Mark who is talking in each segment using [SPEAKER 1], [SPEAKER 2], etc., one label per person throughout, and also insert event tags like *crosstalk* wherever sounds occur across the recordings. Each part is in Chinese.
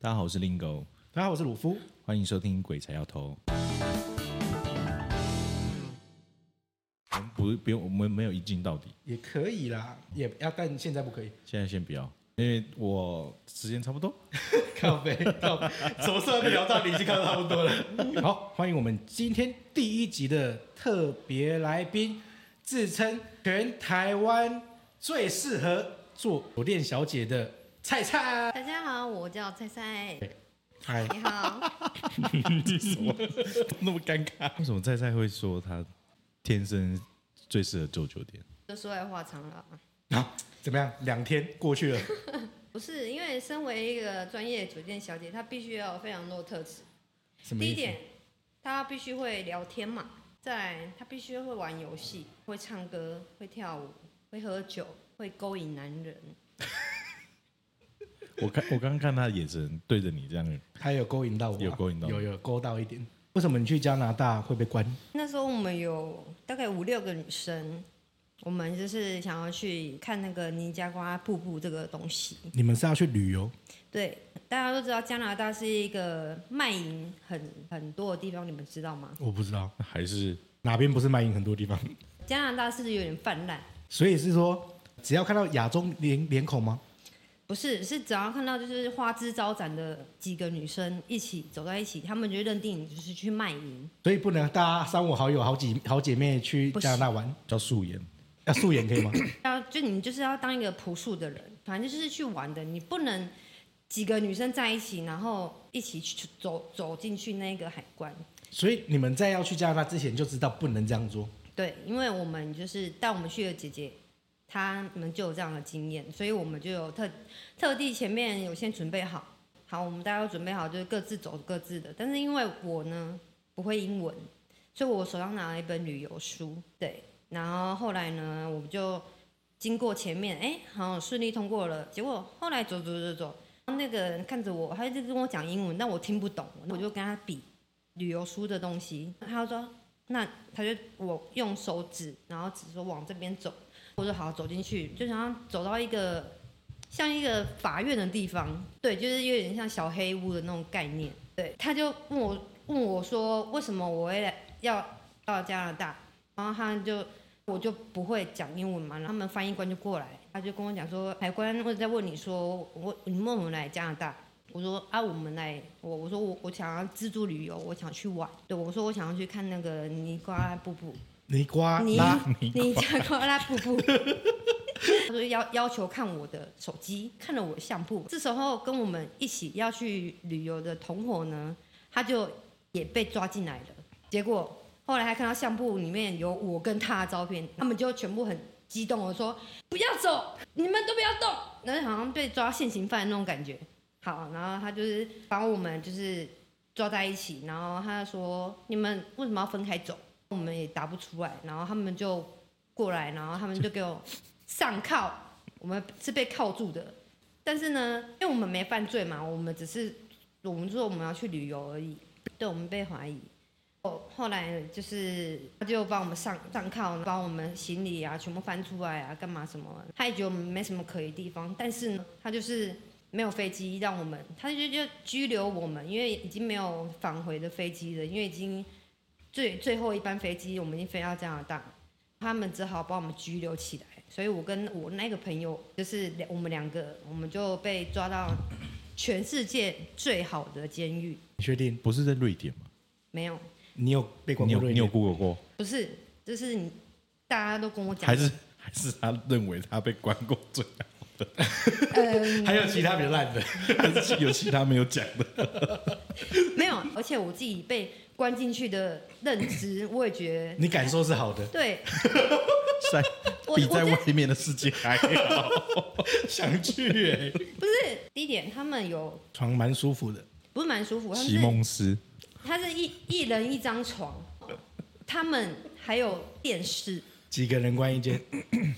[SPEAKER 1] 大家好，我是 Lingo，
[SPEAKER 2] 大家好，我是鲁夫。
[SPEAKER 1] 欢迎收听《鬼才要偷》。我们不不用，我们没有一镜到底。
[SPEAKER 2] 也可以啦，也要，但现在不可以。 *laughs*
[SPEAKER 1] 现在先不要，因为我时间差不多。
[SPEAKER 2] 靠背，靠背，什么时候被聊到你已经看到差不多了。 *laughs* 好，欢迎我们今天第一集的特别来宾，自称全台湾最适合做酒店小姐的菜菜。
[SPEAKER 3] 大家好，我叫菜菜，
[SPEAKER 2] 嗨，
[SPEAKER 3] 你好，
[SPEAKER 1] *laughs* 那么尴尬，啊为什么菜菜会说他天生最适合做酒店？
[SPEAKER 3] 就说来话长了。
[SPEAKER 2] 好，啊怎么样？两天过去了，
[SPEAKER 3] 不是因为身为一个专业酒店小姐，她必须要有非常多的特质。
[SPEAKER 2] 什么
[SPEAKER 3] 第
[SPEAKER 2] 意
[SPEAKER 3] 一
[SPEAKER 2] 思？
[SPEAKER 3] 点，她必须会聊天嘛，再来她必须会玩游戏，会唱歌，会跳舞，会喝酒，会勾引男人。
[SPEAKER 1] 我看我刚刚看他的眼神对着你这样，
[SPEAKER 2] 他有勾引到我啊、
[SPEAKER 1] 有勾引到
[SPEAKER 2] 有有勾到一点。为什么你去加拿大会被关？
[SPEAKER 3] 那时候我们有大概五六个女生，我们就是想要去看那个尼加瓜瀑布这个东西。
[SPEAKER 2] 你们是要去旅游？
[SPEAKER 3] 对，大家都知道加拿大是一个卖淫很很多的地方，你们知道吗？
[SPEAKER 2] 我不知道
[SPEAKER 1] 还是
[SPEAKER 2] 哪边不是卖淫很多地方，
[SPEAKER 3] 加拿大是不是有点泛滥？
[SPEAKER 2] 所以是说只要看到亚洲脸脸孔吗？
[SPEAKER 3] 不是，是只要看到就是花枝招展的几个女生一起走在一起，他们就认定你就是去卖淫。
[SPEAKER 2] 所以不能大家三五好友、好几好姐妹去加拿大玩，
[SPEAKER 1] 叫素颜？
[SPEAKER 2] 要素颜可以吗？
[SPEAKER 3] 要就你就是要当一个朴素的人，反正就是去玩的，你不能几个女生在一起，然后一起去走走进去那个海关。
[SPEAKER 2] 所以你们在要去加拿大之前就知道不能这样做。
[SPEAKER 3] 对，因为我们就是带我们去的姐姐，她们就有这样的经验，所以我们就有特特地前面有先准备好。好，我们大家都准备好，就是各自走各自的。但是因为我呢不会英文，所以我手上拿了一本旅游书。对，然后后来呢，我们就经过前面，哎，好像顺利通过了。结果后来走走走走，那个人看着我，他一直跟我讲英文，但我听不懂，我就跟他比旅游书的东西，他就说那他就我用手指，然后指说往这边走，我说好走进去，就想要走到一个像一个法院的地方，对，就是有点像小黑屋的那种概念。对，他就问我问我说为什么我会来要到加拿大，然后他就我就不会讲英文嘛，然后他们翻译官就过来，他就跟我讲说海关我在问你说我你问我们来加拿大。我说啊，我们来，我我说我我想要自助旅游，我想去玩。对，我说我想要去看那个尼瓜拉瀑布，
[SPEAKER 2] 尼瓜
[SPEAKER 3] 尼
[SPEAKER 2] 拉，
[SPEAKER 3] 尼加瓜拉瀑
[SPEAKER 2] *laughs*
[SPEAKER 3] 布。他说要要求看我的手机，看了我的相簿。这时候跟我们一起要去旅游的同伙呢，他就也被抓进来了。结果后来还看到相簿里面有我跟他的照片，他们就全部很激动的说：“不要走，你们都不要动！”然后好像被抓现行犯那种感觉。好，然后他就是把我们就是抓在一起，然后他说：“你们为什么要分开走？”我们也答不出来，然后他们就过来，然后他们就给我上铐，我们是被铐住的。但是呢，因为我们没犯罪嘛，我们只是我们说我们要去旅游而已，对我们被怀疑。后后来就是他就把我们上上铐，把我们行李啊全部翻出来啊，干嘛什么？他也觉得我们没什么可疑的地方，但是呢，他就是没有飞机让我们，他就就拘留我们，因为已经没有返回的飞机了，因为已经最最后一班飞机我们已经飞到加拿大，他们只好把我们拘留起来。所以我跟我那个朋友，就是两我们两个，我们就被抓到全世界最好的监狱。
[SPEAKER 2] 你确定
[SPEAKER 1] 不是在瑞典吗？
[SPEAKER 3] 没有，
[SPEAKER 2] 你有被关
[SPEAKER 1] 你
[SPEAKER 2] 过
[SPEAKER 1] 有
[SPEAKER 2] 瑞
[SPEAKER 1] 你有
[SPEAKER 2] 典？
[SPEAKER 1] Google 过？
[SPEAKER 3] 不是，就是你大家都跟我讲，
[SPEAKER 1] 还是还是他认为他被关过最好的？
[SPEAKER 3] 嗯、
[SPEAKER 2] 还有其他比较烂的？
[SPEAKER 1] 还是有其他没有讲的？
[SPEAKER 3] 没有，而且我自己被关进去的认知，我
[SPEAKER 1] *laughs*
[SPEAKER 3] 也觉
[SPEAKER 2] 你感受是好的
[SPEAKER 3] 得，对，
[SPEAKER 1] 在
[SPEAKER 3] 我
[SPEAKER 1] 比
[SPEAKER 3] 我
[SPEAKER 1] 在
[SPEAKER 3] 觉得
[SPEAKER 1] 外面的世界还好。 *laughs*
[SPEAKER 2] 想去耶、
[SPEAKER 1] 欸
[SPEAKER 3] 不是第一点，他们有
[SPEAKER 2] 床蛮舒服的。
[SPEAKER 3] 不是蛮舒服，他们
[SPEAKER 1] 席
[SPEAKER 3] 是
[SPEAKER 1] 梦思，
[SPEAKER 3] 他是一一人一张床，他们还有电视，
[SPEAKER 2] 几个人关一间，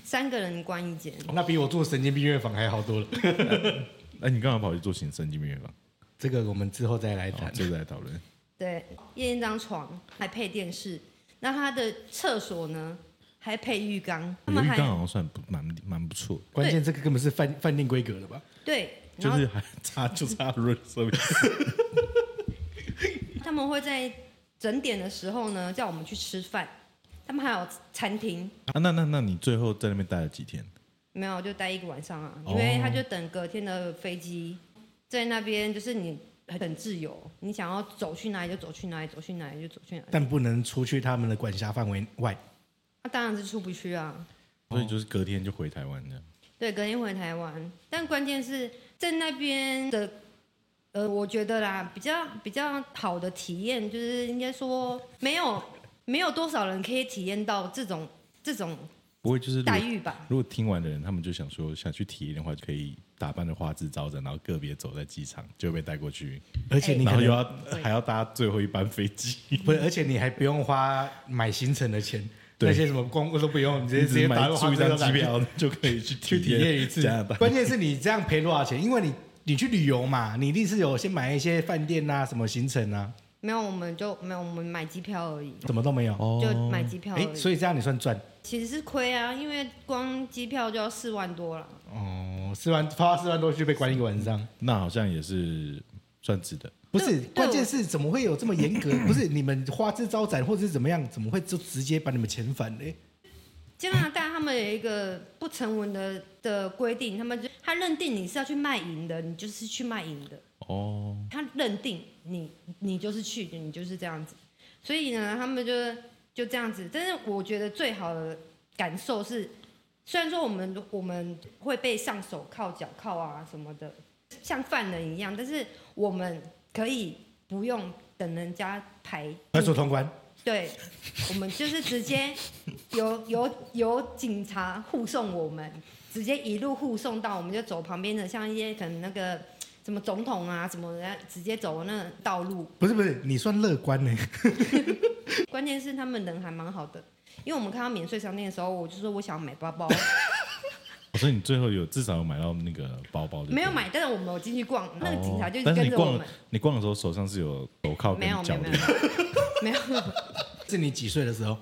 [SPEAKER 3] 三个人关一间。
[SPEAKER 1] 哦
[SPEAKER 2] 那比我住神经病院房还好多了。
[SPEAKER 1] 那、你干嘛跑去做行神经病
[SPEAKER 2] *laughs*
[SPEAKER 1] 院了？
[SPEAKER 2] 这个我们之后再来
[SPEAKER 1] 好，
[SPEAKER 2] 谈。
[SPEAKER 1] 这个来哦讨
[SPEAKER 3] *laughs*
[SPEAKER 1] 论。
[SPEAKER 3] 对，一张床还配电视，那他的厕所呢还配浴缸，他
[SPEAKER 1] 有
[SPEAKER 3] 们
[SPEAKER 1] 浴缸哦
[SPEAKER 3] 还
[SPEAKER 1] 好像算不蛮蛮不错的，
[SPEAKER 2] 关键这个根本是饭饭店规格了吧？
[SPEAKER 3] 对
[SPEAKER 1] 就
[SPEAKER 3] 然后
[SPEAKER 1] 是还差就差 room service，
[SPEAKER 3] 他们会在整点的时候呢，叫我们去吃饭。他们还有餐厅，
[SPEAKER 1] *laughs* 啊，那那那你最后在那边待了几天？
[SPEAKER 3] 没有就待一个晚上啊，
[SPEAKER 1] 哦
[SPEAKER 3] 因为他就等隔天的飞机，在那边就是你很自由，你想要走去哪里就走去哪里，走去哪里就走去哪里。
[SPEAKER 2] 但不能出去他们的管辖范围外。
[SPEAKER 3] 那、当然是出不去啊。
[SPEAKER 1] 所以就是隔天就回台湾的。
[SPEAKER 3] 对，隔天回台湾。但关键是在那边的，呃，我觉得啦，比较比较好的体验就是应该说没有没有多少人可以体验到这种这种
[SPEAKER 1] 不会就是如果
[SPEAKER 3] 待遇吧。
[SPEAKER 1] 如果听完的人，他们就想说想去体验的话，就可以打扮的花枝招展，然后个别走在机场就被带过去，
[SPEAKER 2] 而且你
[SPEAKER 1] 然
[SPEAKER 2] 可
[SPEAKER 1] 后又
[SPEAKER 2] 能
[SPEAKER 1] 要还要 *laughs* 搭最后一班飞机，
[SPEAKER 2] 不是，而且你还不用花买行程的钱，
[SPEAKER 1] 对
[SPEAKER 2] 那些什么光顾都不用，你直接直
[SPEAKER 1] 只
[SPEAKER 2] 接
[SPEAKER 1] 是
[SPEAKER 2] 打
[SPEAKER 1] 买
[SPEAKER 2] 入
[SPEAKER 1] 出
[SPEAKER 2] 花
[SPEAKER 1] 一
[SPEAKER 2] 这
[SPEAKER 1] 张
[SPEAKER 2] 个
[SPEAKER 1] 机票就可以去
[SPEAKER 2] 去体验一次
[SPEAKER 1] 加拿大。。
[SPEAKER 2] 关键是你这样赔多少钱？因为你你去旅游嘛，你一定是有先买一些饭店啊、什么行程啊，
[SPEAKER 3] 没有，我们就没有，我们买机票而已，
[SPEAKER 2] 什么都没有。
[SPEAKER 1] 哦
[SPEAKER 3] 就买机票而
[SPEAKER 2] 哎、
[SPEAKER 3] 已。
[SPEAKER 2] 所以这样你算赚
[SPEAKER 3] 其实是亏啊，因为光机票就要四万多了。
[SPEAKER 2] 哦，四万花四万多去被关一个晚上。
[SPEAKER 1] 那好像也是算值得。
[SPEAKER 2] 不是，
[SPEAKER 3] 对
[SPEAKER 2] 关键是怎么会有这么严
[SPEAKER 1] *coughs*
[SPEAKER 2] 格？不是你们花枝招展，或者是怎么样，怎么会就直接把你们遣返呢？
[SPEAKER 3] 加拿大他们有一个不成文的的规定，他们就他认定你是要去卖淫的，你就是去卖淫的。
[SPEAKER 1] 哦，
[SPEAKER 3] 他认定你，你就是去，你就是这样子。所以呢，他们就就这样子。但是我觉得最好的感受是，虽然说我们我们会被上手铐、脚铐啊什么的，像犯人一样，但是我们可以不用等人家排
[SPEAKER 2] 快速通关，
[SPEAKER 3] 对，我们就是直接由由由警察护送我们，直接一路护送到，我们就走旁边的，像一些可能那个什么总统啊什么的，直接走那个道路。
[SPEAKER 2] 不是不是，你算乐观呢？ *laughs*
[SPEAKER 3] 关键是他们人还蛮好的，因为我们看到免税商店的时候，我就说我想要买包包，
[SPEAKER 1] 哦所以你最后有至少有买到那个包包的，
[SPEAKER 3] 没有。买，但是我们有进去逛，那个警察就
[SPEAKER 1] 哦但是
[SPEAKER 3] 跟
[SPEAKER 1] 你
[SPEAKER 3] 着我
[SPEAKER 1] 逛
[SPEAKER 3] 们
[SPEAKER 1] 了，，你逛的时候手上是有手铐跟
[SPEAKER 3] 没有没
[SPEAKER 1] 脚
[SPEAKER 3] 有
[SPEAKER 1] 的
[SPEAKER 3] 没有，没有，
[SPEAKER 2] 是你几岁的时候？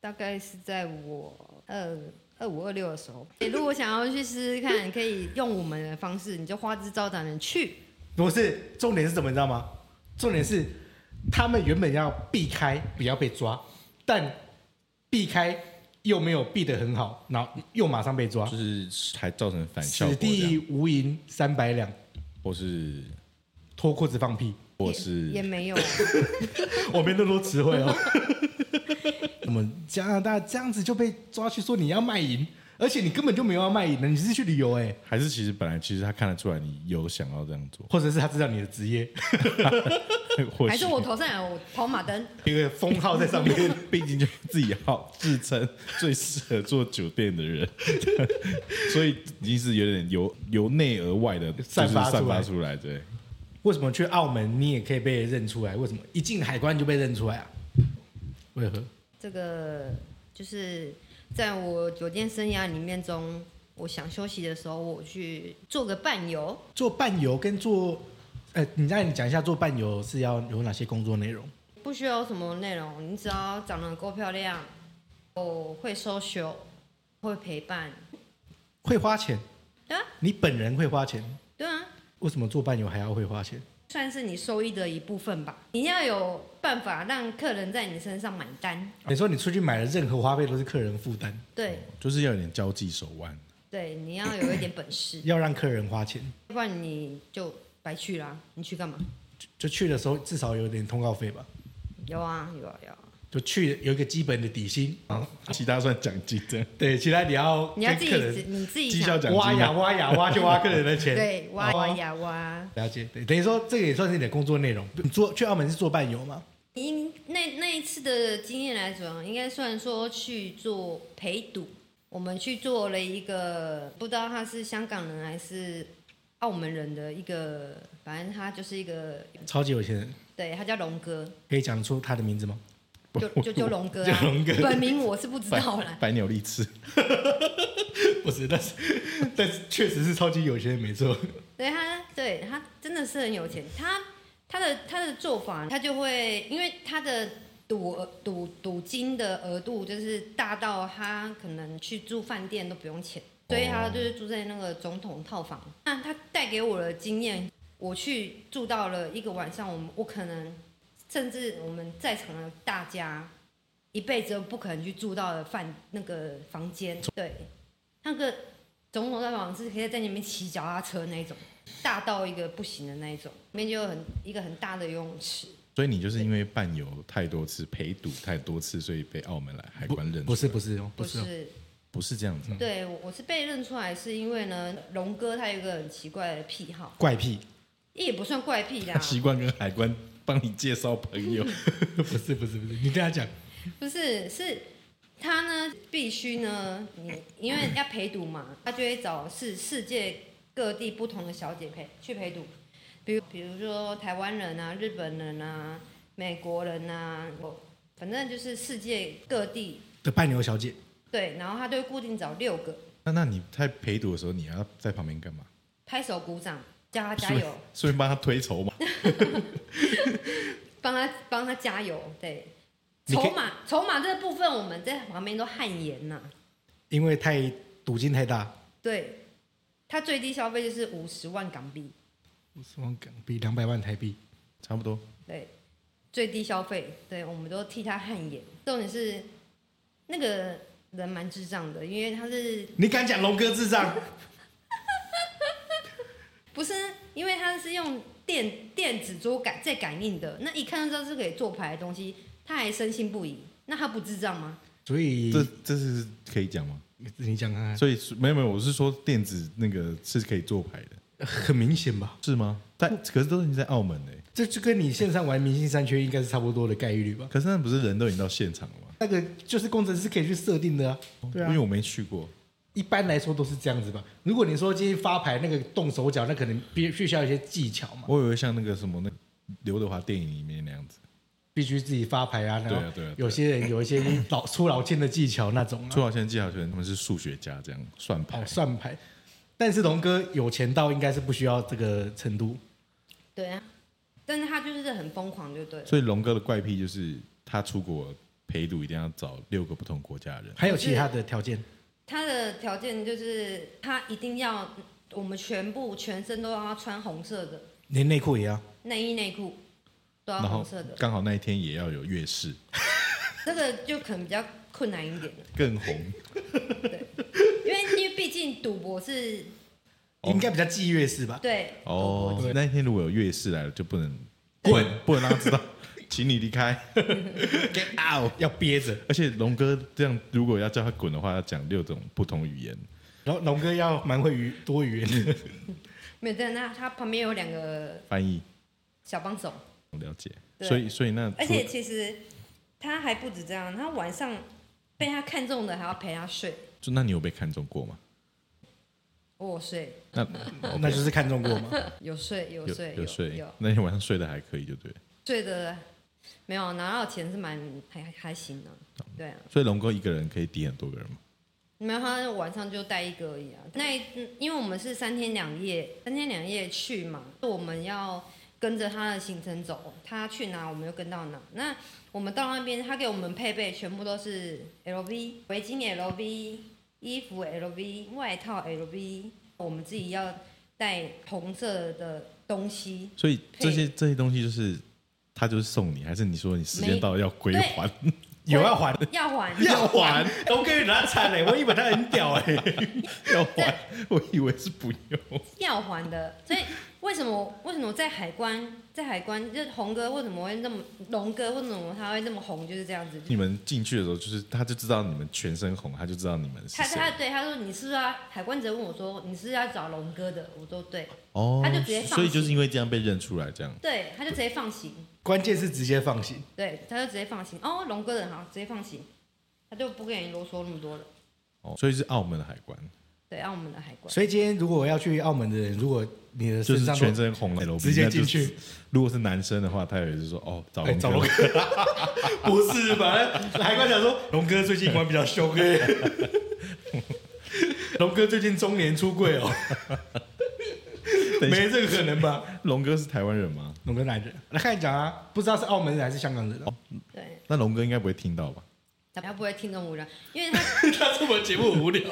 [SPEAKER 3] 大概是在我二二五二六的时候。你如果想要去试试看，可以用我们的方式，你就花枝招展的去。
[SPEAKER 2] 不是，重点是什么？你知道吗？重点是他们原本要避开，不要被抓，但避开又没有避得很好，然后又马上被抓，
[SPEAKER 1] 就是还造成反效果
[SPEAKER 2] 此
[SPEAKER 1] 这
[SPEAKER 2] 地
[SPEAKER 1] 样，
[SPEAKER 2] 无银三百两，
[SPEAKER 1] 或是
[SPEAKER 2] 脱裤子放屁，
[SPEAKER 1] 嗯或
[SPEAKER 3] 也
[SPEAKER 1] 是
[SPEAKER 3] 没有，
[SPEAKER 2] *laughs* 我没那么多词汇 *laughs* 哦。我们加拿大这样子就被抓去说你要卖淫，而且你根本就没有要卖淫的，你只是去旅游哎、
[SPEAKER 1] 还是其实本来其实他看得出来你有想要这样做，
[SPEAKER 2] 或者是他知道你的职业，
[SPEAKER 1] 或
[SPEAKER 3] 还
[SPEAKER 1] 许
[SPEAKER 3] 是我头上有跑马灯，
[SPEAKER 2] 一个封号在上面。
[SPEAKER 1] *laughs* 毕竟就自己号自称最适合做酒店的人， *laughs* 所以已经是有点由由内而外的
[SPEAKER 2] 散
[SPEAKER 1] 就
[SPEAKER 2] 发
[SPEAKER 1] 是散
[SPEAKER 2] 出来
[SPEAKER 1] 发出来，对。
[SPEAKER 2] 为什么去澳门你也可以被认出来？为什么一进海关你就被认出来啊？为何？
[SPEAKER 3] 这个就是在我酒店生涯里面中，我想休息的时候，我去做个伴游。
[SPEAKER 2] 做伴游跟做，呃，你让你讲一下做伴游是要有哪些工作内容？
[SPEAKER 3] 不需要有什么内容，你只要长得够漂亮，哦，会 social，会陪伴，
[SPEAKER 2] 会花钱，
[SPEAKER 3] 对啊，
[SPEAKER 2] 你本人会花钱，
[SPEAKER 3] 对啊，
[SPEAKER 2] 为什么做伴游还要会花钱？
[SPEAKER 3] 算是你收益的一部分吧。你要有办法让客人在你身上买单，
[SPEAKER 2] 你说你出去买的任何花费都是客人负担，
[SPEAKER 3] 对
[SPEAKER 1] 就是要有点交际手腕，
[SPEAKER 3] 对，你要有一点本
[SPEAKER 2] *coughs*
[SPEAKER 3] 事，
[SPEAKER 2] 要让客人花钱，
[SPEAKER 3] 要不然你就白去啦。你去干嘛？
[SPEAKER 2] 就就去的时候至少有点通告费吧，
[SPEAKER 3] 有啊有啊有啊，
[SPEAKER 2] 就去有一个基本的底薪啊。
[SPEAKER 1] 其他算奖 *laughs* 金这样。
[SPEAKER 2] 对，其他你要
[SPEAKER 3] 你要
[SPEAKER 2] 跟
[SPEAKER 3] 自己
[SPEAKER 2] 哦客
[SPEAKER 3] 自
[SPEAKER 2] 人
[SPEAKER 3] 你自己
[SPEAKER 1] 绩效
[SPEAKER 3] 想，
[SPEAKER 1] 奖
[SPEAKER 2] 挖
[SPEAKER 1] 金
[SPEAKER 2] 呀
[SPEAKER 1] 嘛，
[SPEAKER 2] 挖呀挖，就挖客人的钱。
[SPEAKER 3] *laughs* 对，挖挖
[SPEAKER 2] 哦
[SPEAKER 3] 呀挖。
[SPEAKER 2] 了解，对，等于说这个也算是你的工作内容。你做去澳门是做伴游吗？
[SPEAKER 3] 因那那一次的经验来讲，应该算说去做陪赌，我们去做了一个不知道他是香港人还是澳门人的一个，反正他就是一个，
[SPEAKER 2] 超级有钱人，
[SPEAKER 3] 对他叫龙哥，
[SPEAKER 2] 可以讲出他的名字吗？
[SPEAKER 3] 就就就
[SPEAKER 2] *laughs*
[SPEAKER 3] 龙哥、啊，
[SPEAKER 2] 叫龙哥
[SPEAKER 3] 本名我是不知道啦。
[SPEAKER 1] 百鸟利吃，
[SPEAKER 2] *laughs* 不是，但是 *laughs* 但是确实是超级有钱人，没错。
[SPEAKER 3] 对他，对他真的是很有钱。他他的他的做法，他就会因为他的赌额赌赌金的额度就是大到他可能去住饭店都不用钱，所以他就是住在那个总统套房。那他带给我的经验，我去住到了一个晚上，我们我可能甚至我们在场的大家一辈子都不可能去住到的饭那个房间。对，那个总统套房是可以在里面骑脚踏车那一种，大到一个不行的那一种，里面就有很一个很大的游泳池。
[SPEAKER 1] 所以你就是因为伴游太多次，陪赌太多次，所以被澳门来海
[SPEAKER 2] 不
[SPEAKER 1] 关认出来
[SPEAKER 2] 不是不是哦，不
[SPEAKER 3] 不
[SPEAKER 2] 是哦，
[SPEAKER 3] 是，
[SPEAKER 1] 不是这样子啊、
[SPEAKER 3] 对我我是被认出来，是因为呢，龙哥他有一个很奇怪的癖好，
[SPEAKER 2] 怪癖，
[SPEAKER 3] 也不算怪癖 *laughs* 啦
[SPEAKER 1] 他，习惯跟海关帮你介绍朋 *laughs* 友，
[SPEAKER 2] *laughs* 不是不是不是，你跟他讲，
[SPEAKER 3] 不是，是他呢必须呢，你因为要陪读 *coughs* 嘛，他就会找世世界各地不同的小姐陪去陪读，比如比如说台湾人啊、日本人啊、美国人啊，我反正就是世界各地
[SPEAKER 2] 的伴牛小姐，
[SPEAKER 3] 对，然后他就会固定找六个
[SPEAKER 1] 那那你在陪赌的时候，你要在旁边干嘛？
[SPEAKER 3] 拍手鼓掌，叫他加油。
[SPEAKER 1] 顺便帮他推筹码，
[SPEAKER 3] 帮他帮他加油，对。
[SPEAKER 2] 你可以
[SPEAKER 3] 筹码筹码这个部分，我们在旁边都汗颜呐、
[SPEAKER 2] 因为太赌金太大，
[SPEAKER 3] 对，他最低消费就是五十万港币，
[SPEAKER 2] 五十万港币两百万台币，
[SPEAKER 1] 差不多。
[SPEAKER 3] 对，最低消费，对，我们都替他汗颜。重点是那个人蛮智障的，因为他是
[SPEAKER 2] 你敢讲龙哥智障？
[SPEAKER 3] 不是因为他是用电电子桌感在感应的，那一看就知道是可以做牌的东西，他还深信不疑，那他不智障吗？
[SPEAKER 2] 所以
[SPEAKER 1] 这这是可以讲吗？
[SPEAKER 2] 你讲啊看看，
[SPEAKER 1] 所以是没有没有，我是说电子那个是可以做牌的，
[SPEAKER 2] 很明显吧？
[SPEAKER 1] 是吗？但可是都已经在澳门嘞、
[SPEAKER 2] 这就跟你线上玩明星三缺一应该是差不多的概率吧？
[SPEAKER 1] 可是那不是人都已经到现场了吗？
[SPEAKER 2] 那个就是工程师可以去设定的啊，对啊
[SPEAKER 1] 因为，我没去过，
[SPEAKER 2] 一般来说都是这样子吧。如果你说今天发牌那个动手脚，那可能必须需要一些技巧嘛，
[SPEAKER 1] 我以为像那个什么那刘德华电影里面那样子，
[SPEAKER 2] 必须自己发牌啊。然
[SPEAKER 1] 对啊对
[SPEAKER 2] 后
[SPEAKER 1] 啊对啊
[SPEAKER 2] 有些人有一些老出老千的技巧那种啊，
[SPEAKER 1] 朱老先生、纪晓轩他们是数学家，这样算牌
[SPEAKER 2] 哦，算牌。但是龙哥有钱到应该是不需要这个程度，
[SPEAKER 3] 对啊，但是他就是很疯狂，就对了。
[SPEAKER 1] 所以龙哥的怪癖就是他出国陪赌一定要找六个不同国家的人，
[SPEAKER 2] 还有其他的条件。
[SPEAKER 3] 他的条件就是他一定要我们全部全身都要他穿红色的
[SPEAKER 2] 连内裤也要，
[SPEAKER 3] 内衣内裤，都要
[SPEAKER 1] 然
[SPEAKER 3] 红
[SPEAKER 1] 后
[SPEAKER 3] 色的，
[SPEAKER 1] 刚好那一天也要有月事，
[SPEAKER 3] 这个就可能比较困难一点了，
[SPEAKER 1] 更红。
[SPEAKER 3] 因为因为毕竟赌博是
[SPEAKER 1] 哦
[SPEAKER 2] 应该比较祭月是吧？
[SPEAKER 3] 对赌博
[SPEAKER 1] 哦
[SPEAKER 2] 对，
[SPEAKER 1] 那一天如果有月事来了，就不能
[SPEAKER 2] 滚，
[SPEAKER 1] 不能让他知道， *laughs* 请你离开，get out。
[SPEAKER 2] *laughs* 要憋着，
[SPEAKER 1] *laughs* 而且龙哥这样，如果要叫他滚的话，要讲六种不同语言。
[SPEAKER 2] 然后龙哥要蛮会语多语言的，
[SPEAKER 3] 没有，但他他旁边有两个
[SPEAKER 1] 翻译，
[SPEAKER 3] 小帮手，
[SPEAKER 1] 我了解。
[SPEAKER 3] 对
[SPEAKER 1] 所以，所以那
[SPEAKER 3] 而且其实他还不止这样，他晚上被他看中的还要陪他睡，哦
[SPEAKER 1] 就那你有被看中过吗？
[SPEAKER 3] 我有睡 *laughs*
[SPEAKER 1] 那哦
[SPEAKER 2] 那就是看中 *laughs* 过嘛。
[SPEAKER 3] 有睡有
[SPEAKER 1] 有
[SPEAKER 3] 睡
[SPEAKER 1] 有睡
[SPEAKER 3] 有，
[SPEAKER 1] 那天晚上睡的还可以，就对了。
[SPEAKER 3] 睡的没有拿到钱是蛮还还行的，对啊。
[SPEAKER 1] 所以龙哥一个人可以抵很多个人嘛？
[SPEAKER 3] 没有，他晚上就带一个而已啊。那一嗯因为我们是三天两夜，三天两夜去嘛，我们要跟着他的行程走，他去哪我们就跟到哪。那我们到那边，他给我们配备全部都是 LV 围巾 LV 衣服 LV 外套 LV，我们自己要带红色的东西。
[SPEAKER 1] 所以这些这些东西就是他就是送你，还是你说你时间到了要归还？
[SPEAKER 2] 有要还，
[SPEAKER 3] 要还，
[SPEAKER 1] 啊要还，
[SPEAKER 2] 龙哥有拿惨嘞，我以为他很屌哎、
[SPEAKER 1] *laughs* 要还？我以为是不用。
[SPEAKER 3] 要还的。所以为什么为什么在海关在海关就是红哥为什么会那么龙哥为什么他会那么红就是这样子。
[SPEAKER 1] 你们进去的时候，就是他就知道你们全身红，他就知道你们是
[SPEAKER 3] 他
[SPEAKER 1] 谁。
[SPEAKER 3] 他对他说你是不是要海关直接问我说你是不是要找龙哥的，我说对
[SPEAKER 1] 哦
[SPEAKER 3] 他就直接放弃
[SPEAKER 1] 所以就是因为这样被认出来，这样
[SPEAKER 3] 对，他就直接放行，
[SPEAKER 2] *laughs* 关键是直接放行，
[SPEAKER 3] 对，他就直接放行哦，龙哥的好，直接放行，他就不跟你啰嗦那么多了。
[SPEAKER 1] 哦，所以是澳门的海关，
[SPEAKER 3] 对，澳门的海关，
[SPEAKER 2] 所以今天如果要去澳门的人，如果你的
[SPEAKER 1] 就
[SPEAKER 2] 身
[SPEAKER 1] 是
[SPEAKER 2] 上都
[SPEAKER 1] 全身红了，
[SPEAKER 2] 直接进去
[SPEAKER 1] 那就是。如果是男生的话，他也是说哦，找
[SPEAKER 2] 哎，
[SPEAKER 1] 龙
[SPEAKER 2] 找
[SPEAKER 1] 哥
[SPEAKER 2] 龙哥， *laughs* 不是吧？海关讲说，龙哥最近玩比较凶哎、 *laughs* 龙哥最近中年出柜哦，
[SPEAKER 1] *laughs* *laughs* 等一下
[SPEAKER 2] 没这个可能吧？
[SPEAKER 1] 龙哥是台湾人吗？
[SPEAKER 2] 龙哥哪里人？那看你讲啊，不知道是澳门人还是香港 *laughs* 人、哦。
[SPEAKER 3] 对，
[SPEAKER 1] 那龙哥应该不会听到吧？
[SPEAKER 3] 他不会听众无聊，因为他
[SPEAKER 2] 他这么节目无聊，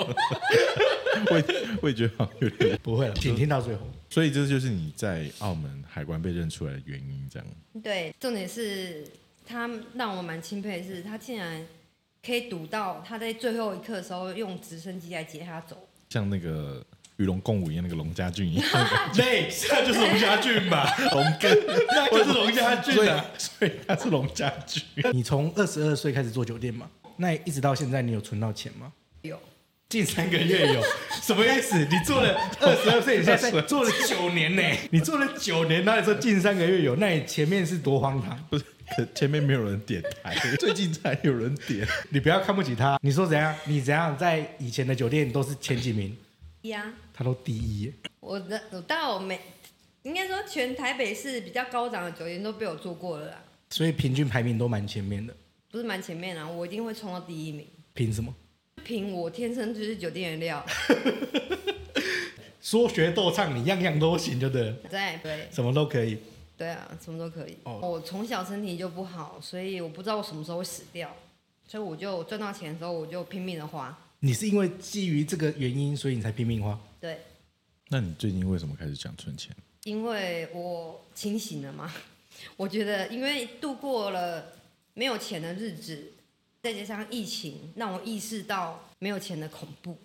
[SPEAKER 1] 我也我也觉得好像有点。
[SPEAKER 2] 不会了，请听到最后。
[SPEAKER 1] 所以这就是你在澳门海关被认出来的原因，这样。
[SPEAKER 3] 对，重点是他让我蛮钦佩的是，他竟然可以赌到他在最后一刻的时候用直升机来接他走。
[SPEAKER 1] 像那个与龙共舞一样，那个龙家俊一样，
[SPEAKER 2] 对，那就是龙家俊吧，
[SPEAKER 1] 龙哥，
[SPEAKER 2] 那就是龙家
[SPEAKER 1] 所
[SPEAKER 2] 俊
[SPEAKER 1] 以
[SPEAKER 2] 啊。
[SPEAKER 1] 所以他是龙家俊。
[SPEAKER 2] 你从二十二岁开始做酒店嘛？那一直到现在，你有存到钱吗？
[SPEAKER 3] 有，
[SPEAKER 2] 近三个月有，什么意思？你做了二十二岁，你现在做了九年呢、你做了九年，那你说近三个月有，那你前面是多荒唐？
[SPEAKER 1] *laughs* 不是，可前面没有人点台，最近才有人点。 *laughs*
[SPEAKER 2] 你不要看不起他。你说怎样？你怎样在以前的酒店都是前几名，
[SPEAKER 3] 呀、
[SPEAKER 2] 他都第一耶、
[SPEAKER 3] 我的我到每应该说全台北市比较高档的酒店都被我做过了啦，
[SPEAKER 2] 所以平均排名都蛮前面的。
[SPEAKER 3] 不是蛮前面啊，我一定会冲到第一名。
[SPEAKER 2] 凭什么？
[SPEAKER 3] 凭我天生就是酒店的料，
[SPEAKER 2] 说学逗唱，你样样都行，就对了，
[SPEAKER 3] 在对
[SPEAKER 2] 什么都可以。
[SPEAKER 3] 对啊，什么都可以。
[SPEAKER 2] 哦
[SPEAKER 3] 我从小身体就不好，所以我不知道我什么时候会死掉，所以我就赚到钱的时候我就拼命的花。
[SPEAKER 2] 你是因为基于这个原因，所以你才拼命花。
[SPEAKER 3] 对，
[SPEAKER 1] 那你最近为什么开始讲存钱？
[SPEAKER 3] 因为我清醒了嘛， *laughs* 我觉得因为度过了没有钱的日子，再加上疫情，让我意识到没有钱的恐怖，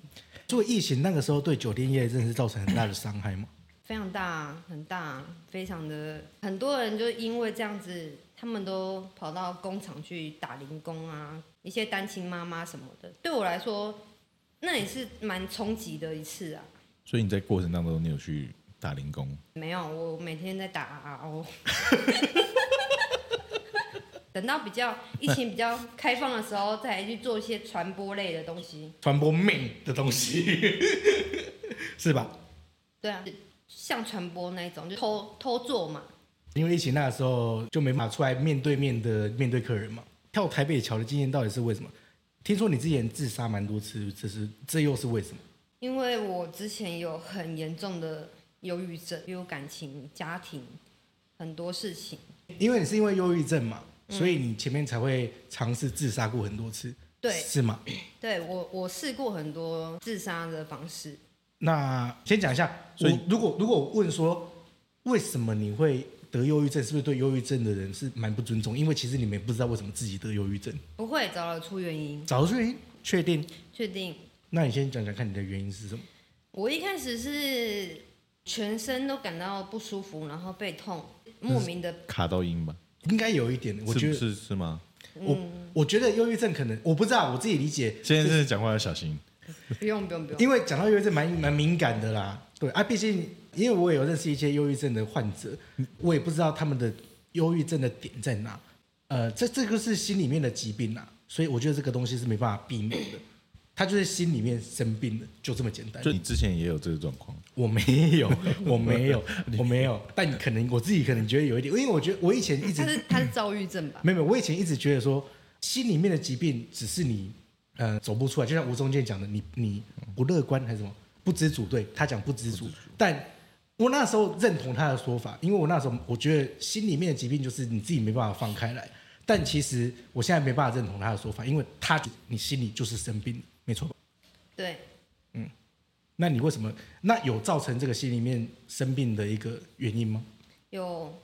[SPEAKER 2] 所以疫情那个时候对酒店业真的是造成很大的伤害嘛？
[SPEAKER 3] 非常大，很大，非常的很多人就因为这样子，他们都跑到工厂去打零工啊，一些单亲妈妈什么的。对我来说，那也是蛮冲击的一次啊。
[SPEAKER 1] 所以你在过程当中，你有去打零工？
[SPEAKER 3] 没有，我每天在打 RO。等到比较疫情比较开放的时候，再来去做一些传播类的东西。
[SPEAKER 2] *laughs* 传播命的东西， *laughs* 是吧？
[SPEAKER 3] 对啊，像传播那一种，就偷偷做嘛。
[SPEAKER 2] 因为疫情那个时候就没办法出来面对面的面对客人嘛。跳台北桥的经验到底是为什么？听说你之前自杀蛮多次，这是这又是为什么？
[SPEAKER 3] 因为我之前有很严重的忧郁症，有感情、家庭很多事情。
[SPEAKER 2] 因为你是因为忧郁症嘛，所以你前面才会尝试自杀过很多次，
[SPEAKER 3] 对，
[SPEAKER 2] 是吗？
[SPEAKER 3] 对我我试过很多自杀的方式。
[SPEAKER 2] 那先讲一下，
[SPEAKER 1] 所以
[SPEAKER 2] 我如果如果我问说为什么你会得忧郁症，是不是对忧郁症的人是蛮不尊重？因为其实你们也不知道为什么自己得忧郁症，
[SPEAKER 3] 不会找得出原因，
[SPEAKER 2] 找出原因，确定。
[SPEAKER 3] 确定
[SPEAKER 2] 那你先讲讲看你的原因是什么？
[SPEAKER 3] 我一开始是全身都感到不舒服，然后背 *laughs* 痛，莫名的
[SPEAKER 1] 卡到音吧？
[SPEAKER 2] 应该有一点，我觉得
[SPEAKER 1] 是不是是吗？
[SPEAKER 2] 我我觉得忧郁症可能我不知道，我自己理解，
[SPEAKER 1] 现在是讲话要小心。
[SPEAKER 3] 不用不用不用，
[SPEAKER 2] 因为讲到忧郁症蛮蛮敏感的啦。对啊，毕竟因为我也有认识一些忧郁症的患者，我也不知道他们的忧郁症的点在哪。呃，这这个是心里面的疾病啦，所以我觉得这个东西是没办法避免的，他就是心里面生病了，就这么简单。
[SPEAKER 1] 就你之前也有这个状况，
[SPEAKER 2] 我没有，我没有，我没有，但可能我自己可能觉得有一点，因为我觉得我以前一直
[SPEAKER 3] 他是他是躁郁症吧？
[SPEAKER 2] 没有，没有，我以前一直觉得说，心里面的疾病只是你呃走不出来，就像吴宗宪讲的，你你不乐观还是什么不知足，对他讲不知足，但我那时候认同他的说法，因为我那时候我觉得心里面的疾病就是你自己没办法放开来，但其实我现在没办法认同他的说法，因为他你心里就是生病了，没错吧。
[SPEAKER 3] 对，
[SPEAKER 2] 那你为什么？那有造成这个心里面生病的一个原因吗？
[SPEAKER 3] 有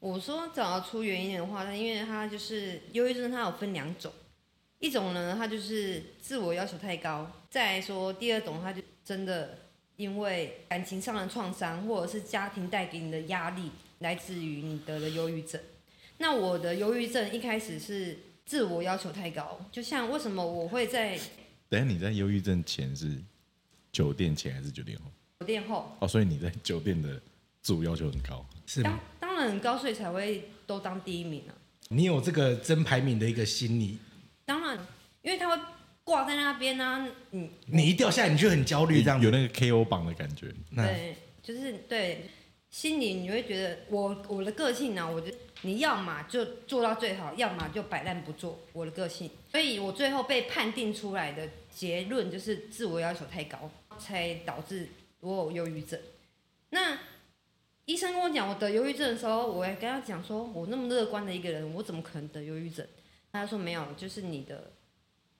[SPEAKER 3] 我说找得出原因的话，那因为他就是忧郁症，它有分两种，一种呢，它就是自我要求太高；再来说第二种，它就真的因为感情上的创伤，或者是家庭带给你的压力，来自于你得的忧郁症。那我的忧郁症一开始是自我要求太高，就像为什么我会在
[SPEAKER 1] 等一下你在忧郁症前是酒店前还是酒店后？
[SPEAKER 3] 酒店后
[SPEAKER 1] 哦，所以你在酒店的自我要求很高。
[SPEAKER 2] 是吗
[SPEAKER 3] 当？当然很高，所以才会都当第一名啊。
[SPEAKER 2] 你有这个真排名的一个心理，
[SPEAKER 3] 当然，因为他会挂在那边啊，嗯，
[SPEAKER 2] 你一掉下来你就很焦虑，这样子
[SPEAKER 1] 有那个 KO 榜的感觉。
[SPEAKER 2] 那
[SPEAKER 3] 对，就是对，心里你会觉得我我的个性呢、我觉得你要嘛就做到最好，要么就摆烂不做，我的个性。所以我最后被判定出来的结论就是自我要求太高，才导致我有忧郁症。那医生跟我讲我得忧郁症的时候，我也跟他讲说，我那么乐观的一个人，我怎么可能得忧郁症？他说没有，就是你的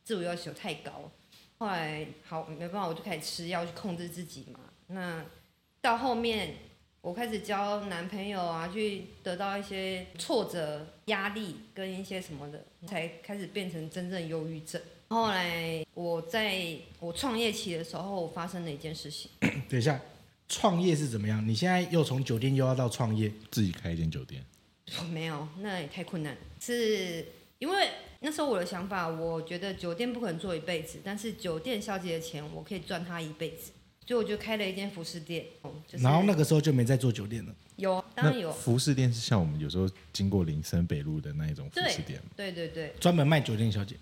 [SPEAKER 3] 自我要求太高。然后来好没办法，我就开始吃药去控制自己嘛。那到后面我开始交男朋友啊，去得到一些挫折、压力跟一些什么的，才开始变成真正忧郁症。后来我在我创业期的时候发生了一件事情，
[SPEAKER 2] 等一下，创业是怎么样？你现在又从酒店又要到创业，
[SPEAKER 1] 自己开一间酒店，
[SPEAKER 3] 哦没有，那也太困难了。是因为那时候我的想法，我觉得酒店不可能做一辈子，但是酒店小姐的钱我可以赚她一辈子，所以我就开了一间服饰店。哦就是、
[SPEAKER 2] 然后那个时候就没在做酒店了。
[SPEAKER 3] 有，当然
[SPEAKER 1] 那
[SPEAKER 3] 有，
[SPEAKER 1] 服饰店是像我们有时候经过林森北路的那一种服饰店吗，
[SPEAKER 3] 对对对，
[SPEAKER 2] 专门卖酒店小姐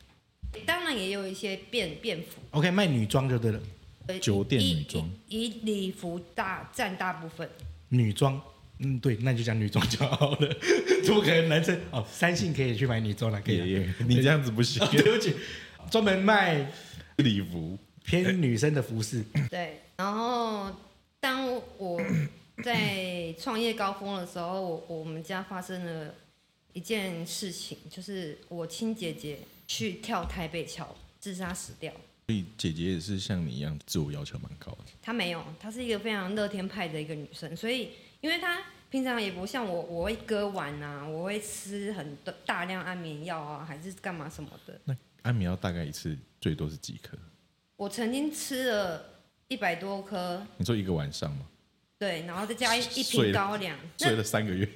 [SPEAKER 3] 当然也有一些便便服，
[SPEAKER 2] ，OK，卖女装就对了，
[SPEAKER 3] 呃
[SPEAKER 1] 酒店
[SPEAKER 3] 以
[SPEAKER 1] 女装
[SPEAKER 3] 以以礼服大占大部分。
[SPEAKER 2] 女装，嗯，对，那就讲女装就好了， *laughs* 怎么可能男生哦？三性可以去买女装了，可以
[SPEAKER 1] 也
[SPEAKER 2] 啊。
[SPEAKER 1] *laughs* 也你这样子不行
[SPEAKER 2] 哦，对不起，专门卖
[SPEAKER 1] *laughs* 礼服
[SPEAKER 2] 偏女生的服饰，
[SPEAKER 3] 对，然后当我在创业高峰的时候，我我们家发生了一件事情，就是我亲姐姐去跳台北桥自杀死掉。
[SPEAKER 1] 所以姐姐也是像你一样，自我要求蛮高的。
[SPEAKER 3] 她没有，她是一个非常乐天派的一个女生，所以因为她平常也不像我，我会割腕啊，我会吃很多大量安眠药啊，还是干嘛什么的。
[SPEAKER 1] 那安眠药大概一次最多是几颗？
[SPEAKER 3] 我曾经吃了一百多颗，
[SPEAKER 1] 你说一个晚上吗？
[SPEAKER 3] 对，然后再加一一
[SPEAKER 1] 睡了
[SPEAKER 3] 瓶高粱，
[SPEAKER 1] 睡
[SPEAKER 3] 那
[SPEAKER 1] 了三个月，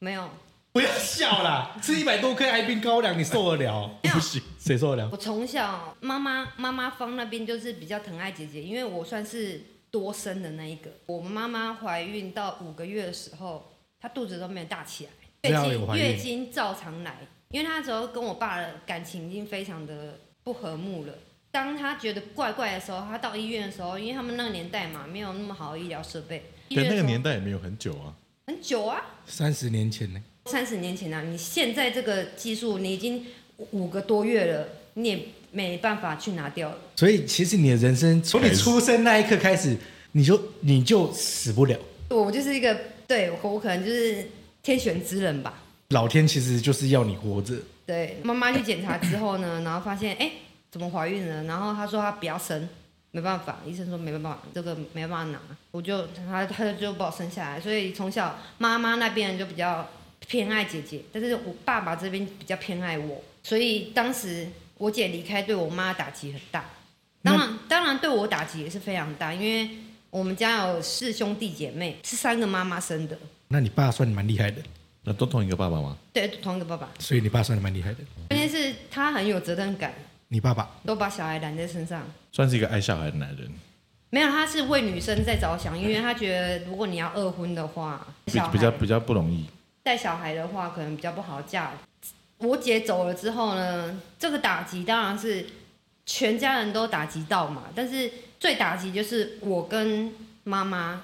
[SPEAKER 3] 没有，
[SPEAKER 2] 不要笑啦，吃一百多颗艾宾高粱，你受得了？
[SPEAKER 1] 不行，
[SPEAKER 2] 谁受得了？
[SPEAKER 3] 我从小妈妈妈妈方那边就是比较疼爱姐姐，因为我算是多生的那一个。我妈妈怀孕到五个月的时候，她肚子都没有大起来，
[SPEAKER 2] 这
[SPEAKER 3] 月
[SPEAKER 2] 样有
[SPEAKER 3] 经
[SPEAKER 2] 怀孕
[SPEAKER 3] 月经照常来，因为她那时候跟我爸的感情已经非常的不和睦了。当她觉得怪怪的时候，她到医院的时候，因为他们那个年代嘛，没有那么好的医疗设备，医
[SPEAKER 1] 对，
[SPEAKER 3] 院
[SPEAKER 1] 那
[SPEAKER 3] 的时
[SPEAKER 1] 个
[SPEAKER 3] 候
[SPEAKER 1] 年代也没有很久啊。
[SPEAKER 3] 很久啊，
[SPEAKER 2] 三十年前呢？
[SPEAKER 3] 三十年前啊，你现在这个技术，你已经五个多月了，你也没办法去拿掉了。
[SPEAKER 2] 所以其实你的人生从你出生那一刻开始，你就你就死不了。
[SPEAKER 3] 我就是一个，对我我可能就是天选之人吧。
[SPEAKER 2] 老天其实就是要你活着。
[SPEAKER 3] 对，妈妈去检查之后呢， *coughs* 然后发现哎、诶怎么怀孕了？然后她说她不要生，没办法，医生说没办法，这个没办法拿，我就她她就把我生下来。所以从小妈妈那边就比较偏爱姐姐，但是我爸爸这边比较偏爱我，所以当时我姐离开对我妈打击很大，当然当然对我打击也是非常大，因为我们家有四兄弟姐妹，是三个妈妈生的，
[SPEAKER 2] 那你爸算你蛮厉害的，
[SPEAKER 1] 那都同一个爸爸吗？
[SPEAKER 3] 对，同一个爸爸。
[SPEAKER 2] 所以你爸算你蛮厉害的。
[SPEAKER 3] 关键是他很有责任感，
[SPEAKER 2] 你爸爸
[SPEAKER 3] 都把小孩揽在身上。
[SPEAKER 1] 算是一个爱小孩的男人，
[SPEAKER 3] 没有，他是为女生在着想，因为他觉得如果你要二婚的话，
[SPEAKER 1] 比
[SPEAKER 3] 小孩
[SPEAKER 1] 比较比较不容易。
[SPEAKER 3] 带小孩的话，可能比较不好嫁。我姐走了之后呢，这个打击当然是全家人都打击到嘛，但是最打击就是我跟妈妈，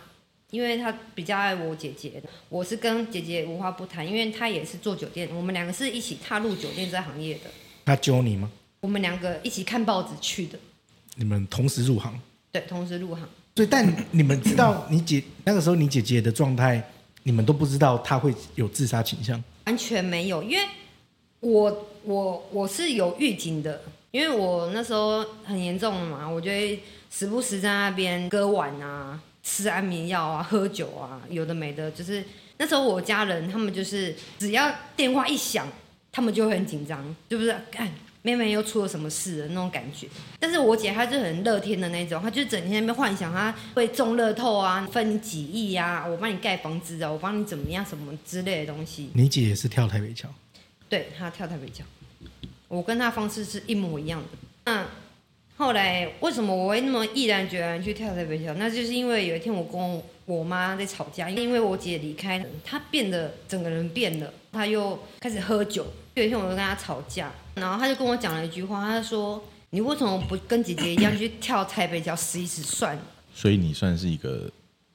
[SPEAKER 3] 因为她比较爱我姐姐，我是跟姐姐无话不谈，因为她也是做酒店，我们两个是一起踏入酒店这行业的，
[SPEAKER 2] 他教你吗？
[SPEAKER 3] 我们两个一起看报纸去的，
[SPEAKER 2] 你们同时入行，
[SPEAKER 3] 对，同时入行。
[SPEAKER 2] 所以但你们知道你姐那个时候你姐姐的状态，你们都不知道她会有自杀倾向。
[SPEAKER 3] 完全没有，因为我我我是有预警的，因为我那时候很严重嘛，我就会时不时在那边割腕啊、吃安眠药啊、喝酒啊，有的没的，就是那时候我家人他们就是只要电话一响，他们就会很紧张，就是看妹妹又出了什么事了那种感觉。但是我姐她就很乐天的那种，她就整天在那边幻想她会中乐透啊，分你几亿啊，我帮你盖房子啊，我帮你怎么样什么之类的东西。
[SPEAKER 2] 你姐也是跳台北桥，
[SPEAKER 3] 对他跳台北桥，我跟他方式是一模一样的。嗯，后来为什么我会那么毅然决然去跳台北桥？那就是因为有一天我跟我妈在吵架，因为我姐离开，她变得整个人变了，她又开始喝酒。有一天我就跟她吵架，然后她就跟我讲了一句话，她就说：“你为什么不跟姐姐一样去跳台北桥死一死算了？
[SPEAKER 1] 所以你算是一个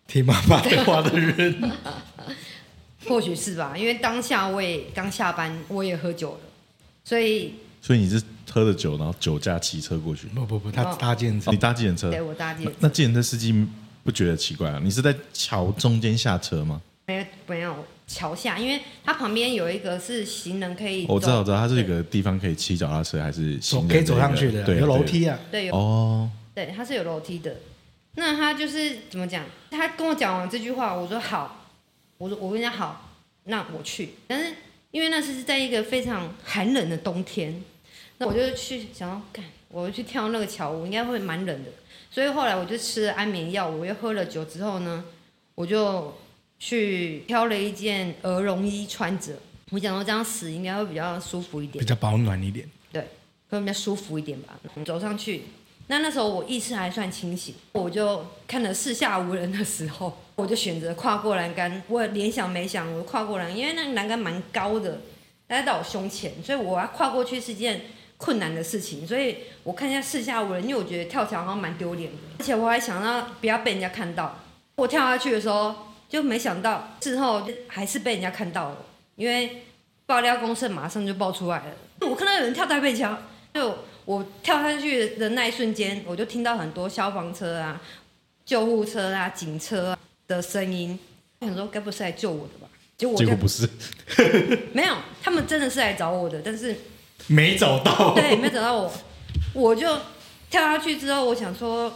[SPEAKER 2] 听妈妈的话的人。
[SPEAKER 3] 或许是吧，因为当下我也刚下班，我也喝酒了，所以
[SPEAKER 1] 所以你是喝了酒，然后酒驾骑车过去，
[SPEAKER 2] *laughs* 不不不，他搭建车
[SPEAKER 1] 你，搭计程车
[SPEAKER 3] 对，我大姐
[SPEAKER 1] 那那计程车司机不觉得奇怪啊？你是在桥中间下车吗？
[SPEAKER 3] 没没有桥下，因为它旁边有一个是行人可以走，
[SPEAKER 1] 哦我知道，我知道，它是一个地方可以骑脚踏车还是行
[SPEAKER 2] 走
[SPEAKER 1] 人
[SPEAKER 2] 可以走
[SPEAKER 1] 一个
[SPEAKER 2] 上去的，
[SPEAKER 1] 对，
[SPEAKER 2] 有楼
[SPEAKER 1] 对。
[SPEAKER 2] 梯啊。
[SPEAKER 3] 对，有
[SPEAKER 1] 哦，
[SPEAKER 3] 对，它是有楼梯的。那他就是怎么讲？他跟我讲完这句话，我说好，我说我跟他好，那我去。但是因为那是在一个非常寒冷的冬天，那我就去想要干，我去跳那个桥，我应该会蛮冷的。所以后来我就吃了安眠药，我又喝了酒之后呢，我就去挑了一件鹅绒衣穿着。我想说这样死应该会比较舒服一点
[SPEAKER 2] 比。较保暖一点。
[SPEAKER 3] 会比较舒服一点吧。走上去，那那时候我意识还算清醒，我就看了四下无人的时候，我就选择跨过栏杆。我连想没想，我跨过栏，因为那个栏杆蛮高的，大概到我胸前，所以我要跨过去是一件困难的事情。所以我看一下四下无人，因为我觉得跳桥好像蛮丢脸的，而且我还想到不要被人家看到。我跳下去的时候，就没想到事后还是被人家看到了，因为爆料公社马上就爆出来了。我看到有人跳台北桥，哦就我跳下去的那一瞬间，我就听到很多消防车啊、救护车啊、警车啊的声音。我想说，该不是来救我的吧？结果我
[SPEAKER 1] 结
[SPEAKER 3] 就
[SPEAKER 1] 果不是， *laughs*
[SPEAKER 3] 没有，他们真的是来找我的，
[SPEAKER 2] *laughs*
[SPEAKER 3] 但是
[SPEAKER 2] 没找到
[SPEAKER 3] 对，没找到我，我就跳下去之后，我想说，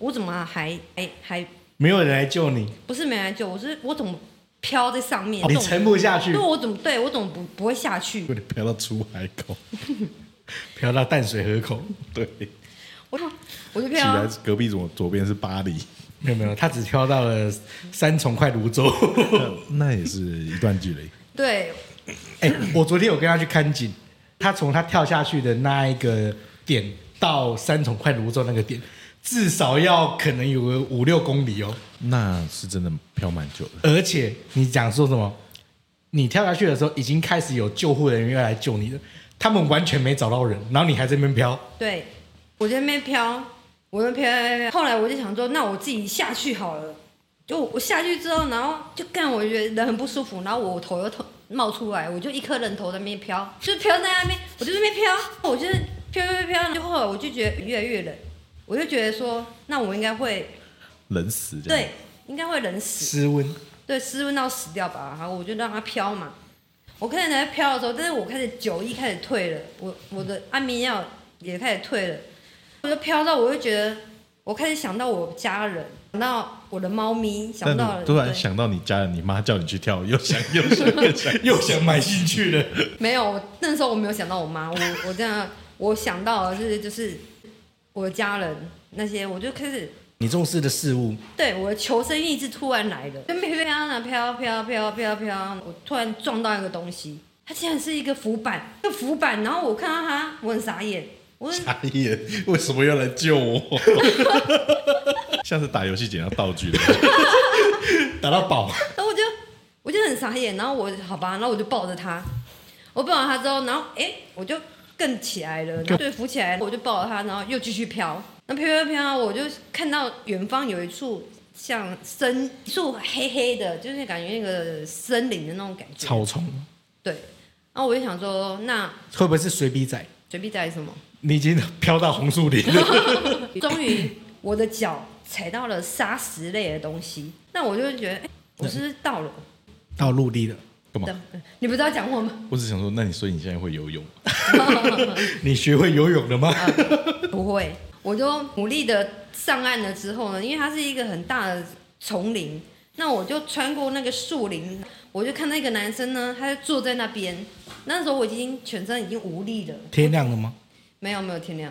[SPEAKER 3] 我怎么还还还
[SPEAKER 2] 没有人来救你，
[SPEAKER 3] 不是没来救？我是我怎么飘在上面？
[SPEAKER 2] 哦你
[SPEAKER 3] 我怎么
[SPEAKER 2] 沉不下去
[SPEAKER 3] 对，，我怎么对我怎么不不会下去？
[SPEAKER 1] 有点飘到出海
[SPEAKER 2] *laughs*
[SPEAKER 1] 口，
[SPEAKER 2] 飘到淡水河口。
[SPEAKER 1] 对，
[SPEAKER 3] 我我就啊
[SPEAKER 1] 起
[SPEAKER 3] 飘
[SPEAKER 2] 啊
[SPEAKER 1] 来隔壁左左边是巴
[SPEAKER 2] *laughs*
[SPEAKER 1] 黎，
[SPEAKER 2] 没有没有，他只飘到了三重快泸州。
[SPEAKER 1] 那也是一段距离。
[SPEAKER 3] 对，
[SPEAKER 2] 哎、我昨天有跟他去看景，他从他跳下去的那一个点到三重快泸州那个点，至少要可能有个五六公里哦。
[SPEAKER 1] 那是真的飘蛮久的，
[SPEAKER 2] 而且你讲说什么？你跳下去的时候，已经开始有救护人员要来救你了，他们完全没找到人，然后你还在那边飘。
[SPEAKER 3] 对，我在那边飘，我在那边飘。后来我就想说，那我自己下去好了。就我下去之后，然后就干，我觉得人很不舒服，然后我头又头冒出来，我就一颗人头在那边飘，就飘在那边，我就在那边飘，我就是飘飘飘飘。就后来我就觉得越来越冷，我就觉得说，那我应该会
[SPEAKER 1] 冷死这样。
[SPEAKER 3] 对，应该会冷死。
[SPEAKER 2] 失温，
[SPEAKER 3] 对，湿温到死掉吧，然后我就让它飘嘛。我开始在飘的时候，但是我开始酒意开始退了，我我的安眠药也开始退了，我就飘到，我就觉得，我开始想到我家人，想到我的猫咪，想
[SPEAKER 1] 但
[SPEAKER 3] 到了
[SPEAKER 1] 突然
[SPEAKER 3] 对
[SPEAKER 1] 想到你家人，你妈叫你去跳，又想又想又想，
[SPEAKER 2] 又想买进去了。
[SPEAKER 3] 没有，我那时候我没有想到我妈，我我这样我想到的是就是我的家人那些，我就开始
[SPEAKER 2] 你重视的事物，
[SPEAKER 3] 对，我的求生意志突然来了，就飘飘啊飘飘飘飘飘，我突然撞到一个东西，它竟然是一个浮板，一个浮板，然后我看到它，我很傻眼，我很
[SPEAKER 2] 哎
[SPEAKER 1] 傻眼，为什么要来救我？像是打游戏捡到道
[SPEAKER 3] *laughs*
[SPEAKER 1] 具的，
[SPEAKER 2] 打到宝，
[SPEAKER 3] 然后我就我就很傻眼，然后我好吧，然后我就抱着它，我抱着它之后，然后哎、我就更起来了，然后对浮起来，我就抱着它，然后又继续飘，那飘飘飘，我就看到远方有一处像深一处黑黑的，就是感觉那个森林的那种感觉，
[SPEAKER 2] *laughs* 草丛
[SPEAKER 3] 对，然后我就想说，那
[SPEAKER 2] 会不会是水笔仔？
[SPEAKER 3] 随便带什么？
[SPEAKER 2] 你已经飘到红树林了，
[SPEAKER 3] *laughs* 终于我的脚踩到了砂石类的东西，那我就觉得，哎、我是不是到了？
[SPEAKER 2] 到陆地了。
[SPEAKER 1] 干嘛？
[SPEAKER 3] 对你不知道讲我吗？
[SPEAKER 1] 我只想说，那你说你现在会游泳？
[SPEAKER 2] 你学会游泳了吗？
[SPEAKER 3] *laughs* 不会，我就努力的上岸了之后呢，因为它是一个很大的丛林，那我就穿过那个树林，我就看到一个男生呢，他就坐在那边。那时候我已经全身已经无力了，
[SPEAKER 2] 天亮了吗？
[SPEAKER 3] 没有没有 *laughs* 天亮，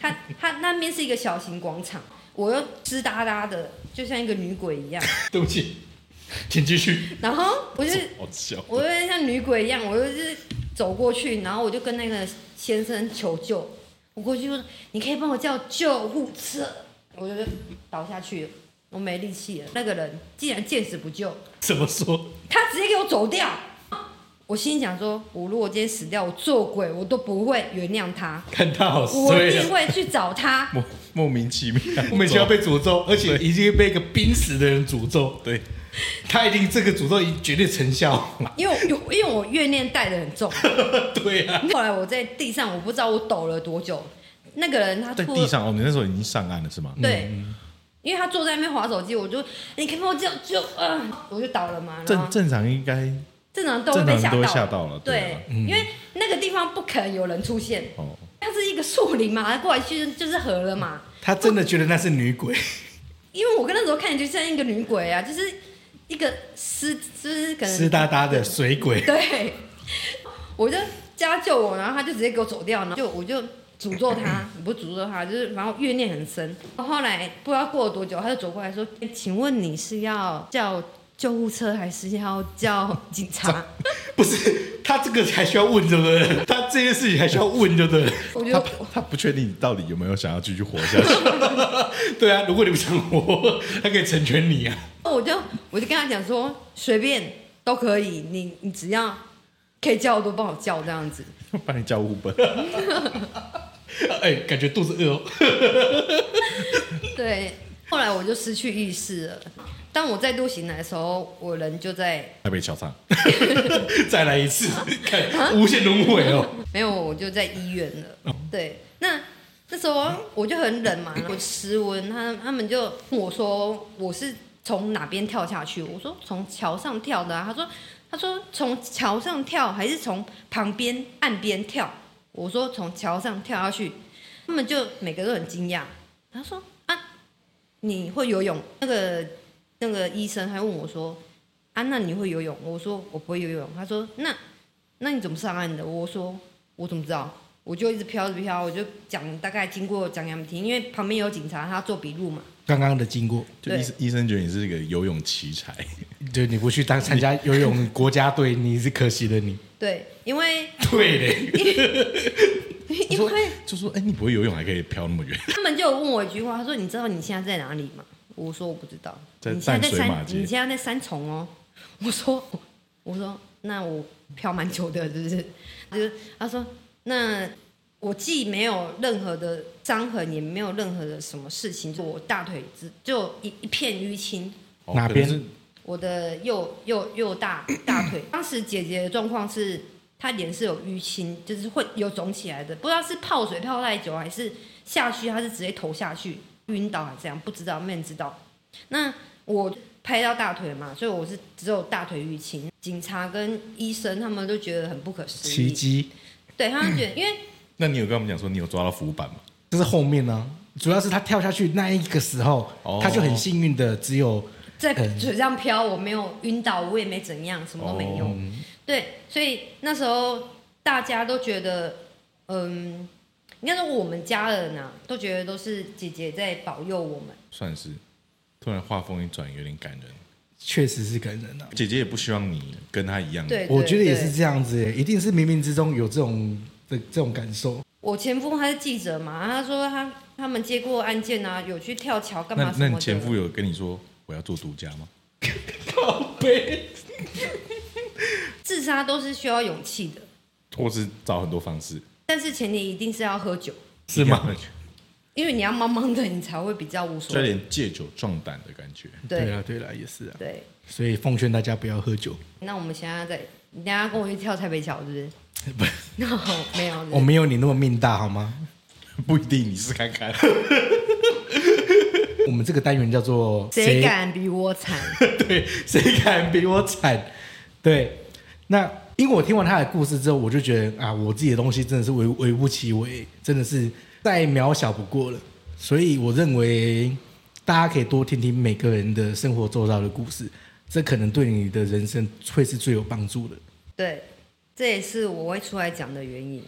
[SPEAKER 3] 他他那边是一个小型广场，我又湿哒哒的，就像一个女鬼一样。
[SPEAKER 2] 对不起，请继续。
[SPEAKER 3] 然后我就
[SPEAKER 1] 好笑，
[SPEAKER 3] 我有点像女鬼一样，我就是走过去，然后我就跟那个先生求救。我过去就说：“你可以帮我叫救护车。”我就倒下去了，我没力气了。那个人竟然见死不救，
[SPEAKER 2] 怎么说？
[SPEAKER 3] 他直接给我走掉。我心里想说：“我如果今天死掉，我做鬼我都不会原谅他，
[SPEAKER 2] 看他好
[SPEAKER 3] 我
[SPEAKER 2] 衰
[SPEAKER 3] 一定
[SPEAKER 2] 啊！
[SPEAKER 3] 会去找他。”
[SPEAKER 1] 莫莫名其妙，
[SPEAKER 2] 我每次要被诅咒，而且已经被一个濒死的人诅咒，
[SPEAKER 1] 对，
[SPEAKER 2] 他一定这个诅咒已绝对成效。
[SPEAKER 3] 因为我因为我怨念带的很重，
[SPEAKER 2] *laughs* 对啊，
[SPEAKER 3] 后来我在地上，我不知道我抖了多久。那个人他
[SPEAKER 1] 在
[SPEAKER 3] 突
[SPEAKER 1] 地上哦，你那时候已经上岸了是吗？
[SPEAKER 3] 对，因为他坐在那边划手机，我就你可以帮我救救啊，我就倒了嘛。然后
[SPEAKER 1] 正正常应该
[SPEAKER 3] 正常都会
[SPEAKER 1] 正
[SPEAKER 3] 被
[SPEAKER 1] 常
[SPEAKER 3] 吓
[SPEAKER 1] 人都会吓
[SPEAKER 3] 到，
[SPEAKER 1] 到了，
[SPEAKER 3] 对
[SPEAKER 1] 啊，
[SPEAKER 2] 嗯
[SPEAKER 3] 因为那个地方不可能有人出现，
[SPEAKER 1] 哦，
[SPEAKER 3] 它是一个树林嘛，过来去就是河了嘛。
[SPEAKER 2] 他真的觉得那是女鬼，
[SPEAKER 3] 因为我跟那时候看起来就像一个女鬼啊，就是一个湿，就是可能
[SPEAKER 2] 湿哒哒的水鬼，
[SPEAKER 3] 对，我就叫他救我，然后他就直接给我走掉，然后就我就诅咒他，不是诅咒他，就是然后怨念很深。后来不知道过了多久，他就走过来说：“哎请问你是要叫救护车还是要叫警察
[SPEAKER 2] *laughs* 不是他这个还需要问对不对？他这件事情还需要问对不对？？”
[SPEAKER 3] 我
[SPEAKER 1] 他
[SPEAKER 3] 就
[SPEAKER 1] 他不确定你到底有没有想要继续活下
[SPEAKER 3] *laughs*
[SPEAKER 1] 去，
[SPEAKER 2] 对啊，如果你不想活，他可以成全你啊。
[SPEAKER 3] 我就我就跟他讲说，随便都可以，你你只要可以叫都帮我叫这样子。
[SPEAKER 1] 帮你叫 Uber，
[SPEAKER 2] 哎、感觉肚子饿哦。
[SPEAKER 3] 对，后来我就失去意识了。当我再度醒来的时候，我人就在
[SPEAKER 1] 台北桥上，
[SPEAKER 2] 再来一次，看无限轮回哦。
[SPEAKER 3] 没有，我就在医院了。对，那那时候我就很冷嘛，然后我石文他他们就问我说我是从哪边跳下去，我说从桥上跳的、啊，他说他说从桥上跳还是从旁边岸边跳，我说从桥上跳下去，他们就每个都很惊讶，他说啊你会游泳？那个那个医生还问我说啊那你会游泳？我说我不会游泳，他说那。那你怎么上岸的？我说我怎么知道？我就一直飘着飘，我就讲大概经过讲给他们听，因为旁边有警察，他做笔录嘛。
[SPEAKER 2] 刚刚的经过，
[SPEAKER 1] 就医
[SPEAKER 3] 对
[SPEAKER 1] 生医生觉得你是一个游泳奇才，
[SPEAKER 2] 就你不去当参加游泳国家队，你是可惜了你。
[SPEAKER 3] 对，因为
[SPEAKER 2] 对嘞，
[SPEAKER 3] *laughs* 因为
[SPEAKER 1] 就说哎你不会游泳还可以飘那么远，
[SPEAKER 3] 他们就有问我一句话，他说你知道你现在在哪里吗？我说我不知道。
[SPEAKER 1] 在
[SPEAKER 3] 你现在
[SPEAKER 1] 淡
[SPEAKER 3] 在
[SPEAKER 1] 水马
[SPEAKER 3] 三，
[SPEAKER 1] 街
[SPEAKER 3] 你现在在三重哦。 *laughs* 我说我说那我飘蛮久的，是不是？就是他说那我既没有任何的伤痕，也没有任何的什么事情，就我大腿只就一一片淤青。
[SPEAKER 1] 哦
[SPEAKER 2] 哪边
[SPEAKER 1] 可能是
[SPEAKER 3] 我的右右右大大腿。当时姐姐的状况是，她脸是有淤青，就是会有肿起来的，不知道是泡水泡太久，还是下去她是直接投下去晕倒还是怎样，不知道没人知道。那我拍到大腿嘛，所以我是只有大腿淤青。警察跟医生他们都觉得很不可思
[SPEAKER 2] 奇
[SPEAKER 3] 议，
[SPEAKER 2] 迹，
[SPEAKER 3] 对他们觉得，因为
[SPEAKER 1] 那你有跟我们讲说你有抓到浮板吗？
[SPEAKER 2] 这是后面呢、主要是他跳下去那一个时候，
[SPEAKER 1] 哦
[SPEAKER 2] 他就很幸运的只有
[SPEAKER 3] 在
[SPEAKER 2] 嗯
[SPEAKER 3] 水上漂，我没有晕倒，我也没怎样，什么都没有。
[SPEAKER 1] 哦
[SPEAKER 3] 对，所以那时候大家都觉得，嗯，应该说我们家人啊，都觉得都是姐姐在保佑我们。
[SPEAKER 1] 算是。突然话锋一转，有点感人。
[SPEAKER 2] 确实是感人啊。
[SPEAKER 1] 姐姐也不希望你跟她一样，
[SPEAKER 3] 对，
[SPEAKER 2] 我
[SPEAKER 3] 对
[SPEAKER 2] 觉得也
[SPEAKER 3] 对
[SPEAKER 2] 是这样子耶，一定是冥冥之中有这种的这种感受。
[SPEAKER 3] 我前夫他是记者嘛，他说他他们接过案件啊，有去跳桥干嘛
[SPEAKER 1] 那
[SPEAKER 3] 什么
[SPEAKER 1] 那
[SPEAKER 3] 的。
[SPEAKER 1] 你前夫有跟你说我要做独家吗？
[SPEAKER 2] 靠背，
[SPEAKER 3] 自杀都是需要勇气的，
[SPEAKER 1] 或是找很多方式
[SPEAKER 3] 但是前提一定是要喝酒，
[SPEAKER 2] 是吗？
[SPEAKER 3] 因为你要茫茫的，你才会比较无所
[SPEAKER 1] 就有
[SPEAKER 3] 谓。
[SPEAKER 1] 点借酒壮胆的感觉。 *laughs*
[SPEAKER 3] 对
[SPEAKER 2] 啊，对啦，也是啊。
[SPEAKER 3] 对，
[SPEAKER 2] 所以奉劝大家不要喝酒。
[SPEAKER 3] 那我们现在在，你等一下跟我去跳台北桥是不是？
[SPEAKER 2] *laughs*
[SPEAKER 3] *laughs* 不，没有，是不
[SPEAKER 2] 我
[SPEAKER 3] 是
[SPEAKER 2] 没有你那么命大好吗？
[SPEAKER 1] 不一定，你试看看。
[SPEAKER 2] 我们这个单元叫做
[SPEAKER 3] 谁敢比我惨？
[SPEAKER 2] 对，谁 *laughs* 敢比我惨？对，那因为我听完他的故事之后，我就觉得啊，我自己的东西真的是微微乎其微，真的是再渺小不过了。所以我认为大家可以多听听每个人的生活周遭的故事，这可能对你的人生会是最有帮助的。
[SPEAKER 3] 对，这也是我会出来讲的原因。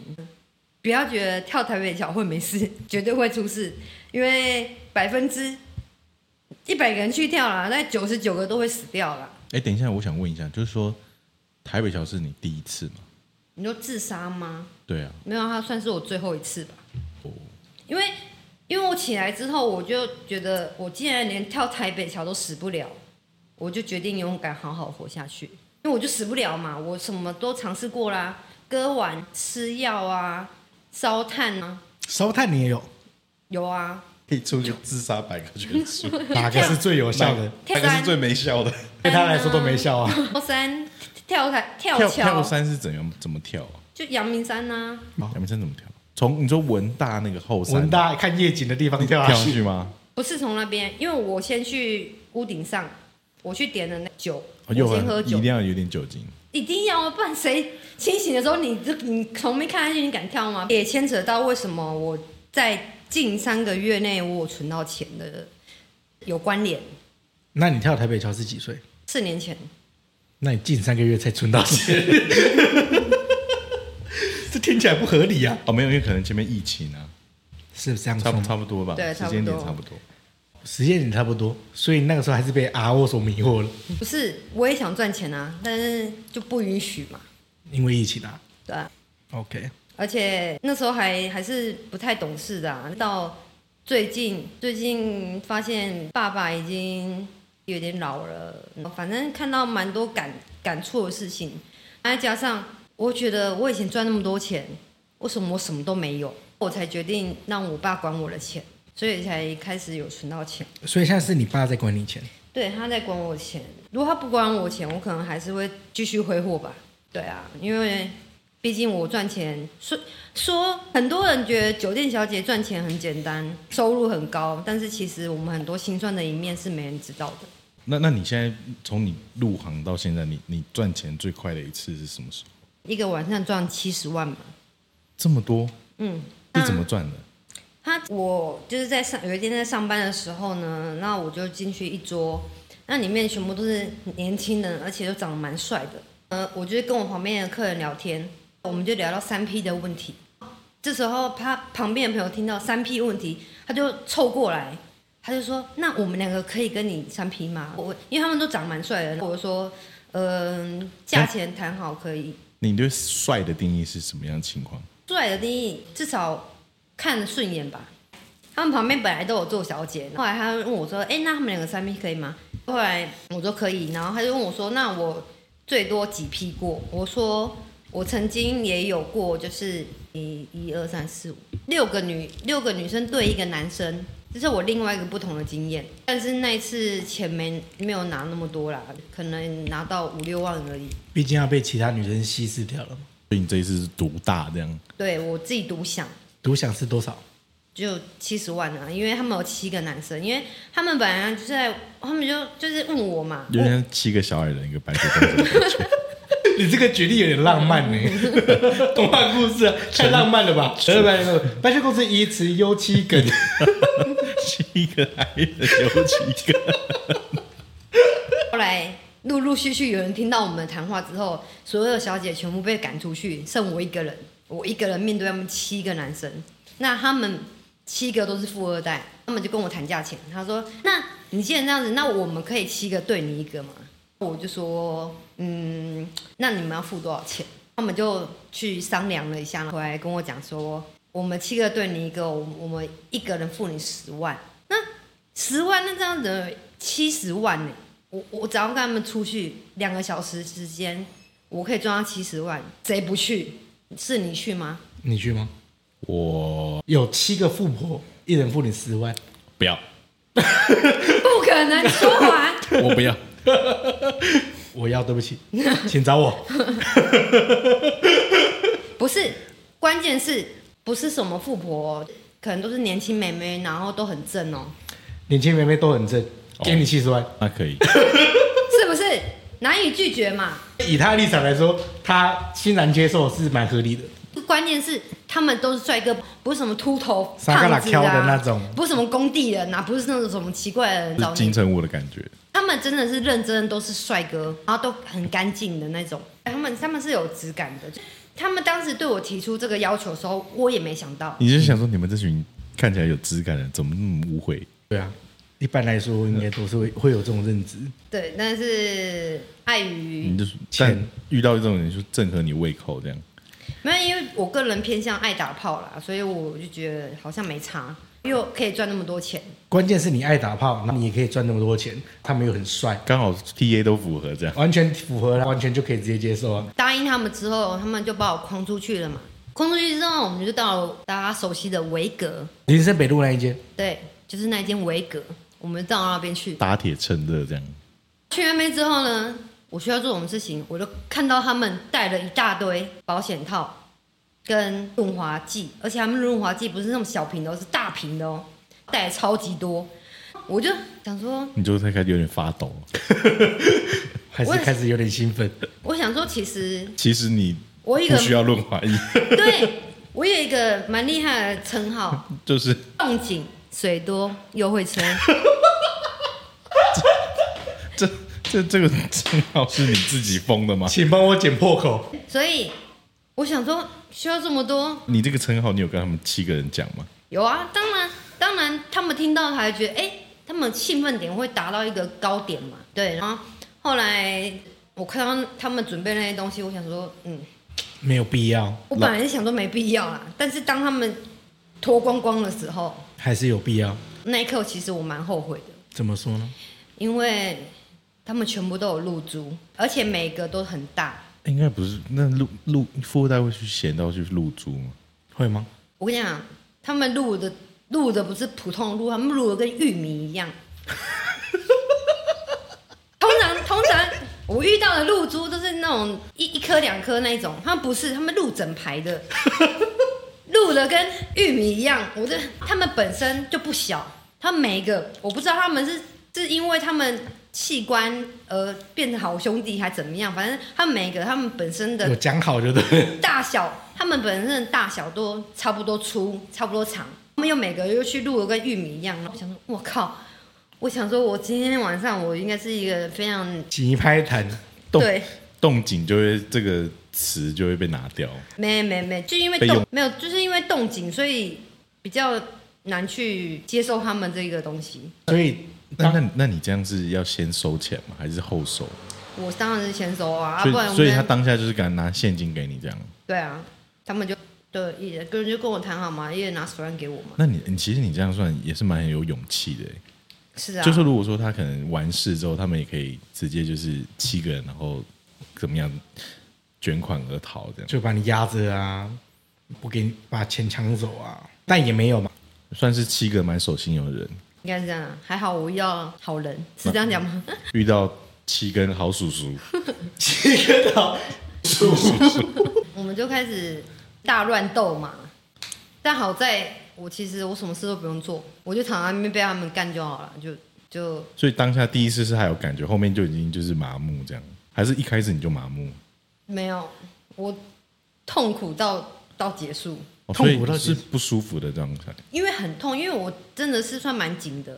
[SPEAKER 3] 不要觉得跳台北桥会没事， *laughs* 绝对会出事，因为百分之一百个人去跳啦，那九十九个都会死掉啦。
[SPEAKER 1] *laughs* 哎，等一下，我想问一下，就是说台北桥是你第一次吗？
[SPEAKER 3] 你说自杀吗？
[SPEAKER 1] 对啊，
[SPEAKER 3] 没有，它算是我最后一次吧。
[SPEAKER 1] 哦，
[SPEAKER 3] 因为因为我起来之后，我就觉得我竟然连跳台北桥都死不了，我就决定勇敢好好活下去。因为我就死不了嘛，我什么都尝试过啦，割腕、吃药啊、烧炭啊，
[SPEAKER 2] 烧炭你也有，
[SPEAKER 3] 有啊，
[SPEAKER 1] 可以出去自杀百个全
[SPEAKER 3] *laughs*
[SPEAKER 1] 数，
[SPEAKER 2] 哪个是最有效的？
[SPEAKER 1] 哪个是最没效的？
[SPEAKER 2] 对他来说都没效啊。
[SPEAKER 3] 跳山、跳台、跳
[SPEAKER 1] 跳
[SPEAKER 3] 桥
[SPEAKER 1] 跳，山是怎样怎么跳啊？
[SPEAKER 3] 就阳明山啊呐、
[SPEAKER 2] 哦
[SPEAKER 1] 杨明山怎么跳？从你说文大那个后山
[SPEAKER 2] 文大看夜景的地方跳
[SPEAKER 1] 跳
[SPEAKER 2] 下
[SPEAKER 1] 上
[SPEAKER 2] 去，
[SPEAKER 1] 去吗？
[SPEAKER 3] 不是从那边，因为我先去屋顶上，我去点了那酒，
[SPEAKER 1] 哦
[SPEAKER 3] 我
[SPEAKER 1] 又
[SPEAKER 3] 先喝
[SPEAKER 1] 一
[SPEAKER 3] 酒
[SPEAKER 1] 定，要有点酒精。
[SPEAKER 3] 一定要，不然谁清醒的时候你这你从没看下去，你敢跳吗？也牵扯到为什么我在近三个月内我有存到钱的有关联。
[SPEAKER 2] 那你跳台北桥是几岁？
[SPEAKER 3] 四年前，
[SPEAKER 2] 那你近三个月才存到钱， *laughs* 这听起来不合理啊！
[SPEAKER 1] 哦，没有，因为可能前面疫情啊，
[SPEAKER 2] 是这样
[SPEAKER 1] 差
[SPEAKER 2] 说
[SPEAKER 1] 不
[SPEAKER 2] 吗？
[SPEAKER 1] 差不多吧，
[SPEAKER 3] 对
[SPEAKER 1] 时
[SPEAKER 3] 差不多
[SPEAKER 1] 间点差不多。
[SPEAKER 2] 时间点差不多，所以那个时候还是被阿沃所迷惑了，
[SPEAKER 3] 不是我也想赚钱啊，但是就不允许嘛，
[SPEAKER 2] 因为疫情啊。
[SPEAKER 3] 对啊。
[SPEAKER 2] OK，
[SPEAKER 3] 而且那时候还还是不太懂事的、啊，到最近最近发现爸爸已经有点老了，嗯反正看到蛮多感感触的事情，再加上我觉得我以前赚那么多钱，为什么我什么都没有？我才决定让我爸管我的钱，所以才开始有存到钱。
[SPEAKER 2] 所以现在是你爸在管你钱，
[SPEAKER 3] 对，他在管我钱。如果他不管我钱，我可能还是会继续挥霍吧。对啊，因为毕竟我赚钱，说说很多人觉得酒店小姐赚钱很简单，收入很高，但是其实我们很多心酸的一面是没人知道的。
[SPEAKER 1] 那那你现在从你入行到现在，你你赚钱最快的一次是什么时候？
[SPEAKER 3] 一个晚上赚七十万嘛，
[SPEAKER 1] 这么多
[SPEAKER 3] 嗯，
[SPEAKER 1] 是怎么赚的？
[SPEAKER 3] 他我就是在上有一天在上班的时候呢，那我就进去一桌，那里面全部都是年轻人，而且都长得蛮帅的。呃，我就跟我旁边的客人聊天，我们就聊到三 P 的问题。这时候他旁边的朋友听到三 P 问题，他就凑过来，他就说：“那我们两个可以跟你三 P 吗？”我因为他们都长蛮帅的，我就说：“嗯、价钱谈好可以。
[SPEAKER 1] 你对帅的定义是什么样的情况？
[SPEAKER 3] 帅的定义至少看得顺眼吧。他们旁边本来都有做小姐，后来他问我说：“哎、那他们两个三 P 可以吗？”后来我说可以，然后他就问我说：“那我最多几 P 过？”我说：“我曾经也有过，就是一、一二三四五六个女六个女生对一个男生，这是我另外一个不同的经验。但是那一次钱没没有拿那么多啦，可能拿到五六万而已。
[SPEAKER 2] 毕竟要被其他女生稀释掉了嘛。
[SPEAKER 1] 所以你这一次是独大这样，
[SPEAKER 3] 对我自己独享。”
[SPEAKER 2] 独享是多少？
[SPEAKER 3] 就七十万啊，因为他们有七个男生，因为他们本来就是在，他们就就是问我嘛，
[SPEAKER 1] 有点像七个小矮人一个白雪公主的
[SPEAKER 3] *laughs*
[SPEAKER 1] 感觉，
[SPEAKER 2] *laughs* 你这个举例有点浪漫 *laughs* 呢、童话故事、啊、太浪漫了吧？白白白雪公主一词优妻梗，
[SPEAKER 1] 七个矮人有几个？
[SPEAKER 3] *laughs* 后来陆陆续续有人听到我们的谈话之后，所有的小姐全部被赶出去，剩我一个人，我一个人面对他们七个男生，那他们七个都是富二代，他们就跟我谈价钱，他说：“那你既然这样子，那我们可以七个对你一个吗？”我就说：“嗯，那你们要付多少钱？”他们就去商量了一下，回来跟我讲说：“我们七个对你一个，我我们一个人付你十万。”那十万，那这样子七十万呢、我我只要跟他们出去两个小时之间，我可以赚到七十万，谁不去？是你去吗？
[SPEAKER 2] *laughs* 你去吗？
[SPEAKER 1] 我
[SPEAKER 2] 有七个富婆，一人付你十万，
[SPEAKER 1] 不要，
[SPEAKER 3] *laughs* 不可能，说完。
[SPEAKER 1] 我不要，
[SPEAKER 2] 我要，对不起，请找我。
[SPEAKER 3] *laughs* 不是，关键是不是什么富婆、哦，可能都是年轻妹妹，然后都很正哦，
[SPEAKER 2] 年轻妹妹都很正，给你七十万。
[SPEAKER 1] 那可以。
[SPEAKER 3] 是不是？难以拒绝嘛。
[SPEAKER 2] 以他的立场来说，他欣然接受是蛮合理的。
[SPEAKER 3] 关键是他们都是帅哥，不是什么秃头
[SPEAKER 2] 撒嘎
[SPEAKER 3] 胖
[SPEAKER 2] 啦
[SPEAKER 3] 子
[SPEAKER 2] 挑
[SPEAKER 3] 啊
[SPEAKER 2] 的那种
[SPEAKER 3] 不是什么工地人啊，不是那种什么奇怪的人找
[SPEAKER 1] 是
[SPEAKER 3] 你
[SPEAKER 1] 金，城武的感觉，
[SPEAKER 3] 他们真的是认真，都是帅哥，然后都很干净的那种。他们他们是有质感的。他们当时对我提出这个要求的时候，我也没想到，
[SPEAKER 1] 你就想说你们这群看起来有质感的人，怎么那么污秽？
[SPEAKER 2] 对啊，一般来说应该都是会会有这种认知。
[SPEAKER 3] 对，但是碍于
[SPEAKER 1] 你就但
[SPEAKER 2] 钱
[SPEAKER 1] 遇到这种人就正合你胃口这样。
[SPEAKER 3] 没有，因为我个人偏向爱打炮啦，所以我就觉得好像没差，又可以赚那么多钱。
[SPEAKER 2] 关键是你爱打炮，那你也可以赚那么多钱，他们又很帅，
[SPEAKER 1] 刚好 T A 都符合这样，
[SPEAKER 2] 完全符合啦，完全就可以直接接受啊。
[SPEAKER 3] 答应他们之后，他们就把我框出去了嘛。框出去之后，我们就到了大家熟悉的维格，
[SPEAKER 2] 林森北路那一间，
[SPEAKER 3] 对，就是那间维格，我们到那边去。
[SPEAKER 1] 打铁趁热这样。
[SPEAKER 3] 去那边之后呢，我需要做什么事情，我就看到他们带了一大堆保险套跟润滑剂，而且他们润滑剂不是那种小瓶的哦，是大瓶的哦，带了超级多。我就想说，
[SPEAKER 1] 你就才开始有点发抖。
[SPEAKER 2] 还是
[SPEAKER 3] 我也是
[SPEAKER 2] 开始有点兴奋。
[SPEAKER 3] 我想说，其实
[SPEAKER 1] 其实你
[SPEAKER 3] 我有一
[SPEAKER 1] 不
[SPEAKER 3] 个
[SPEAKER 1] 需要润滑液，*laughs*
[SPEAKER 3] *laughs* 对我有一个蛮厉害的称号，
[SPEAKER 1] 就是
[SPEAKER 3] 动景水多又会吹。
[SPEAKER 1] 这这这个称号是你自己封的吗？
[SPEAKER 2] 请帮我剪破口。
[SPEAKER 3] 所以我想说，需要这么多？
[SPEAKER 1] 你这个称号，你有跟他们七个人讲吗？
[SPEAKER 3] 有啊，当然，当然，他们听到才觉得，哎、他们兴奋点会达到一个高点嘛。对，然后后来我看到他们准备那些东西，我想说，嗯，
[SPEAKER 2] 没有必要，
[SPEAKER 3] 我本来是想说没必要啦，但是当他们脱光光的时候，
[SPEAKER 2] 还是有必要。
[SPEAKER 3] 那一刻其实我蛮后悔的，
[SPEAKER 2] 怎么说呢？
[SPEAKER 3] 因为他们全部都有露珠，而且每个都很大。
[SPEAKER 1] 应该不是，那露露富二代会去闲到去露珠吗？
[SPEAKER 2] 会吗？
[SPEAKER 3] 我跟你讲，他们录的录的不是普通的录，他们录的跟玉米一样。 *laughs* 通常通常我遇到的露珠都是那种一一颗两颗那一种，他们不是，他们录整排的，录的跟玉米一样。我这他们本身就不小，他们每一个我不知道他们是是因为他们。器官而变成好兄弟还怎么样？反正他们每一个他们本身的
[SPEAKER 2] 有讲好就对了。
[SPEAKER 3] 大小，他们本身的大小都差不多粗，差不多长。他们又每个又去录的跟玉米一样，然后我想说，我靠！我想说，我今天晚上我应该是一个非常
[SPEAKER 2] 急拍弹，
[SPEAKER 1] 动
[SPEAKER 3] 对，
[SPEAKER 1] 动景就会这个词就会被拿掉。
[SPEAKER 3] 没没没，就因为
[SPEAKER 1] 被
[SPEAKER 3] 动
[SPEAKER 1] 用
[SPEAKER 3] 没有，就是因为动静，所以比较难去接受他们这个东西。
[SPEAKER 2] 所以
[SPEAKER 1] 那那你那你这样是要先收钱吗？还是后收？
[SPEAKER 3] 我当然是先收啊，啊
[SPEAKER 1] 所
[SPEAKER 3] 不然
[SPEAKER 1] 以
[SPEAKER 3] 我
[SPEAKER 1] 所以他
[SPEAKER 3] 们
[SPEAKER 1] 当下就是敢拿现金给你这样。
[SPEAKER 3] 对啊，他们就对一人个人就跟我谈好嘛，一人拿十万给我嘛，
[SPEAKER 1] 那你你其实你这样算也是蛮有勇气的欸、
[SPEAKER 3] 是啊，
[SPEAKER 1] 就是如果说他可能完事之后，他们也可以直接就是七个人，然后怎么样卷款而逃这样，
[SPEAKER 2] 就把你压着啊，不给你把钱抢走啊，但也没有嘛。
[SPEAKER 1] 算是七个蛮守信用的人。
[SPEAKER 3] 应该是这样啊。还好我遇到好人，是
[SPEAKER 1] 嗯
[SPEAKER 3] 这样讲吗？
[SPEAKER 1] 遇到七根好叔叔，
[SPEAKER 3] 我们就开始大乱斗嘛。但好在我其实我什么事都不用做，我就躺在那边被他们干就好了，就就
[SPEAKER 1] 所以当下第一次是还有感觉，后面就已经就是麻木这样，还是一开始你就麻木？
[SPEAKER 3] 没有我痛苦到到结束，
[SPEAKER 1] 哦、
[SPEAKER 2] 痛
[SPEAKER 1] 所
[SPEAKER 2] 苦
[SPEAKER 1] 以
[SPEAKER 2] 到极
[SPEAKER 1] 是
[SPEAKER 2] 致
[SPEAKER 1] 不舒服的状态。
[SPEAKER 3] 因为很痛，因为我真的是算蛮紧的，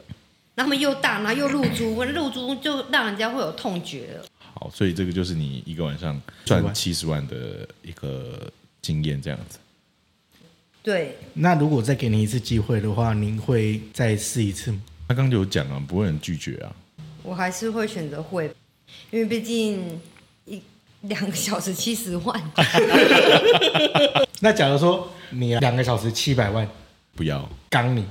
[SPEAKER 3] 然后他们又大，然后又露珠，露珠就让人家会有痛觉了。
[SPEAKER 1] 好，所以这个就是你一个晚上赚七十万的一个经验这样子。
[SPEAKER 3] 对，
[SPEAKER 2] 那如果再给你一次机会的话，您会再试一次吗？
[SPEAKER 1] 他刚刚就有讲啊，不会很拒绝啊。
[SPEAKER 3] 我还是会选择会，因为毕竟一两个小时七十万，
[SPEAKER 2] 那假如说你两个小时七百万
[SPEAKER 1] 不要，
[SPEAKER 2] 刚你，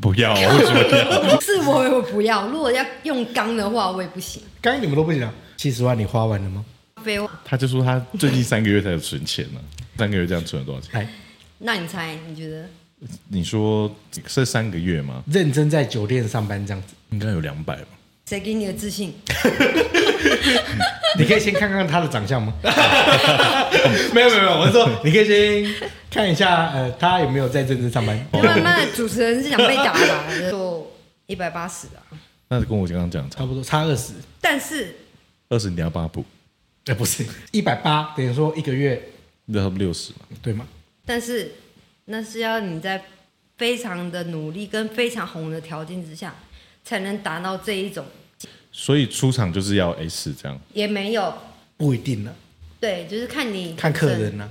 [SPEAKER 1] 不要，为什么要？
[SPEAKER 3] *laughs* 是我我不要。如果要用钢的话，我也不行。
[SPEAKER 2] 刚你们都不行啊，七十万你花完了吗？
[SPEAKER 3] 废话，
[SPEAKER 1] 他就说他最近三个月才有存钱呢、三个月这样存了多少钱？
[SPEAKER 2] 来，
[SPEAKER 3] 那你猜，你觉得？
[SPEAKER 1] 你说这三个月吗？
[SPEAKER 2] 认真在酒店上班这样子，
[SPEAKER 1] 应该有两百吧。
[SPEAKER 3] 谁给你的自信？
[SPEAKER 2] 你可以先看看他的长相 *laughs* 吗？没有没有没有，我是说你可以先看一下，呃，他有没有在认真上班？
[SPEAKER 3] 慢慢的，主持人是想被打吧？
[SPEAKER 2] *laughs*
[SPEAKER 3] 就一百八十啊。
[SPEAKER 1] 那跟我刚刚讲的差
[SPEAKER 2] 差不多差二十，
[SPEAKER 3] 但是
[SPEAKER 1] 二十，你要八补，
[SPEAKER 2] 哎，不是一百八，180, 等于说一个月
[SPEAKER 1] 那差不多六十嘛。
[SPEAKER 2] 对吗？
[SPEAKER 3] 但是那是要你在非常的努力跟非常红的条件之下，才能达到这一种。
[SPEAKER 1] 所以出场就是要 S 这样。
[SPEAKER 3] 也没有，
[SPEAKER 2] 不一定呢，
[SPEAKER 3] 对，就是看你
[SPEAKER 2] 看客
[SPEAKER 3] 本身
[SPEAKER 2] 人呢、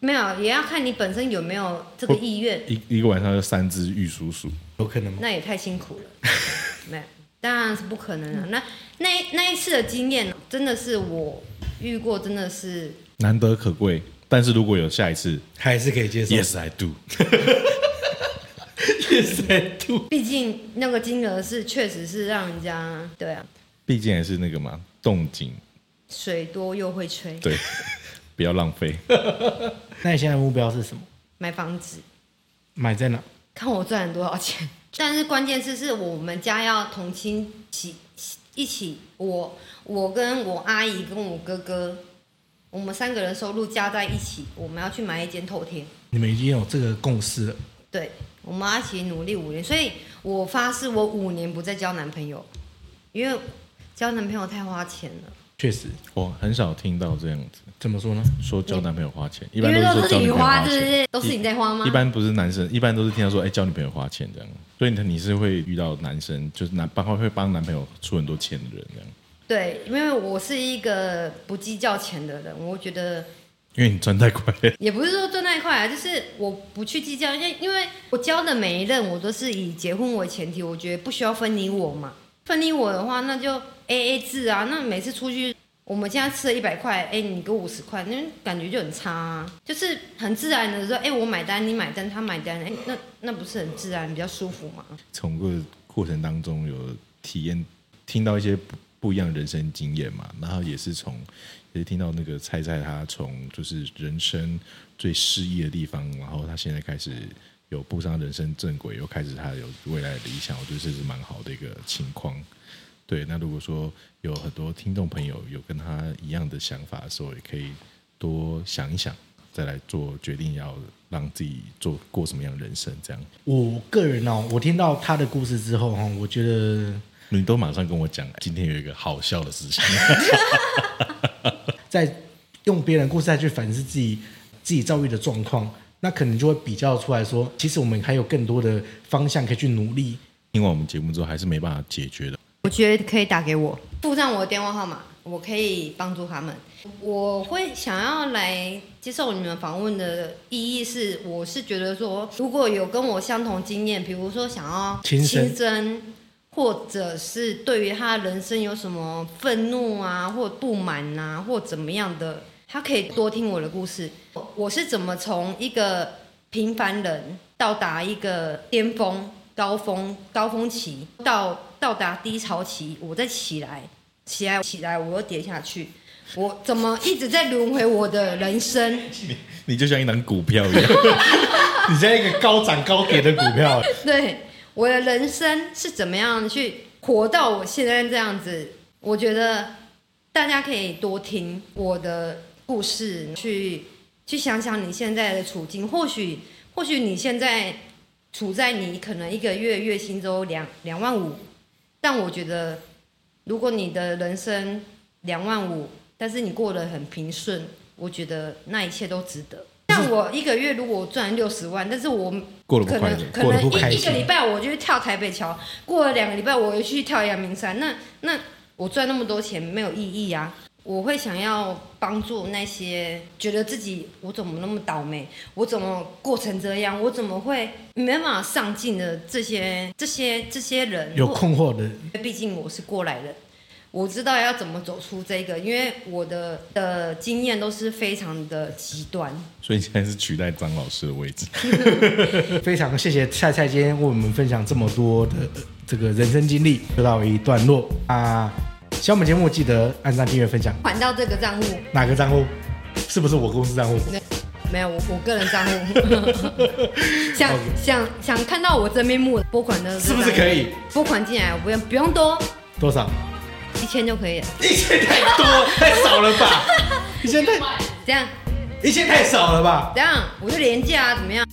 [SPEAKER 3] 没有，也要看你本身有没有这个意愿。
[SPEAKER 1] 一一个晚上就三只玉叔叔，
[SPEAKER 2] 有可能吗？
[SPEAKER 3] 那也太辛苦了，
[SPEAKER 2] *laughs*
[SPEAKER 3] 没有，当然是不可能了。那那那一次的经验，真的是我遇过，真的是
[SPEAKER 1] 难得可贵。但是如果有下一次
[SPEAKER 2] 还是可以接受。 *laughs*
[SPEAKER 1] ，Yes I do，
[SPEAKER 2] yes, I do。
[SPEAKER 3] 毕竟那个金额是确实是让人家对啊，
[SPEAKER 1] 毕竟还是那个嘛，动静
[SPEAKER 3] 水多又会吹，
[SPEAKER 1] 对， *laughs* 不要浪
[SPEAKER 3] *laughs*
[SPEAKER 1] 费。
[SPEAKER 2] 那你现在目标是什么？
[SPEAKER 3] 买房子
[SPEAKER 2] 买在哪？
[SPEAKER 3] 看我赚了多少钱。但是关键是是我们家要同亲起一起，我我跟我阿姨跟我哥哥，我们三个人收入加在一起，我们要去买一间透天。
[SPEAKER 2] 你们已经有这个共识了，
[SPEAKER 3] 对，我我们要一起努力五年。所以我发誓，我五年不再交男朋友，因为交男朋友太花钱了。
[SPEAKER 2] 确实，
[SPEAKER 1] 我很少听到这样子
[SPEAKER 2] 怎么说呢？
[SPEAKER 1] 说交男朋友花钱，一
[SPEAKER 3] 因
[SPEAKER 1] 般
[SPEAKER 3] 为
[SPEAKER 1] 都
[SPEAKER 3] 都
[SPEAKER 1] 是说
[SPEAKER 3] 是
[SPEAKER 1] 交女
[SPEAKER 3] 你
[SPEAKER 1] 朋友花
[SPEAKER 3] 花，对不
[SPEAKER 1] 钱。
[SPEAKER 3] 对？都是你在花吗？
[SPEAKER 1] 一般不是男生，一般都是听到说，哎、交女朋友花钱这样，所以你是会遇到男生，就是男帮会帮男朋友出很多钱的人这样，
[SPEAKER 3] 对，因为我是一个不计较钱的人，我觉得
[SPEAKER 1] 因为你赚太快了，
[SPEAKER 3] 也不是说赚那一块啊，就是我不去计较，因为因为我交的每一任我都是以结婚为前提，我觉得不需要分离我嘛。分离我的话，那就 A A 制啊。那每次出去，我们现在吃了一百块，哎、你给我五十块，那感觉就很差啊。就是很自然的说，哎、我买单，你买单，他买单，哎、那那不是很自然，比较舒服嘛。
[SPEAKER 1] 从这个过程当中有体验，听到一些不不一样的人生经验嘛，然后也是从也是听到那个菜菜他从就是人生最失意的地方，然后他现在开始有步上人生正轨，又开始他有未来的理想，我觉得这是蛮好的一个情况。对，那如果说有很多听众朋友有跟他一样的想法的时候，也可以多想一想，再来做决定，要让自己做过什么样的人生。这样，
[SPEAKER 2] 我个人哦，我听到他的故事之后哈，我觉得
[SPEAKER 1] 你都马上跟我讲，今天有一个好笑的事情。 *laughs*
[SPEAKER 2] 在用别人的故事再去反思自己自己遭遇的状况，那可能就会比较出来说，其实我们还有更多的方向可以去努力。
[SPEAKER 1] 听完我们节目之后，还是没办法解决的。
[SPEAKER 3] 我觉得可以打给我，附上我的电话号码，我可以帮助他们。我会想要来接受你们访问的意义是，我是觉得说，如果有跟我相同经验，比如说想要
[SPEAKER 2] 亲身
[SPEAKER 3] 身或者是对于他人生有什么愤怒啊，或不满啊，或怎么样的，他可以多听我的故事。我我是怎么从一个平凡人到达一个巅峰、高峰、高峰期，到到达低潮期，我再起来，起来，起来，我又跌下去。我怎么一直在轮回我的人生？
[SPEAKER 1] 你就像一档股票一
[SPEAKER 3] *laughs*
[SPEAKER 1] 样，
[SPEAKER 2] *laughs* 你在一个高涨高跌的股票，
[SPEAKER 3] *laughs* 对，我的人生是怎么样去活到我现在这样子？我觉得大家可以多听我的故事，去去想想你现在的处境。或许，或许你现在处在你可能一个月月薪只有两两万五，但我觉得如果你的人生两万五，但是你过得很平顺，我觉得那一切都值得。但我一个月如果我赚六十万，但是我
[SPEAKER 1] 过得
[SPEAKER 3] 可
[SPEAKER 1] 不快
[SPEAKER 3] 能
[SPEAKER 1] 乐，
[SPEAKER 3] 可
[SPEAKER 1] 过
[SPEAKER 3] 能
[SPEAKER 1] 得不
[SPEAKER 2] 开
[SPEAKER 3] 一一
[SPEAKER 2] 心
[SPEAKER 3] 个礼拜我就去跳台北桥，过了两个礼拜我又去跳阳明山，那那我赚那么多钱没有意义啊！我会想要帮助那些觉得自己我怎么那么倒霉，我怎么过成这样，我怎么会没办法上进的这些这些这些人，
[SPEAKER 2] 有
[SPEAKER 3] 或
[SPEAKER 2] 困惑的
[SPEAKER 3] 毕竟我是过来人，我知道要怎么走出这个，因为我的的经验都是非常的极端。
[SPEAKER 1] 所以你现在是取代张老师的位置。
[SPEAKER 2] 非常谢谢菜菜今天为我们分享这么多的呃这个人生经历，就到一段落啊。喜欢我们节目，记得按赞、订阅、分享。
[SPEAKER 3] 还到这个账户
[SPEAKER 2] 哪个账户？是不是我公司账户？
[SPEAKER 3] 没有，我我个人账户。 *laughs* 想想想看到我真面目，拨款的
[SPEAKER 2] 是不是可
[SPEAKER 3] 以
[SPEAKER 2] 以？
[SPEAKER 3] 拨款进来？不用不用多，
[SPEAKER 2] 多少？
[SPEAKER 3] 一千就可以了。
[SPEAKER 2] 一千太多，太少了吧？一千太，
[SPEAKER 3] 这样
[SPEAKER 2] 一千太少了吧？
[SPEAKER 3] 这样我就廉价、啊、怎么样？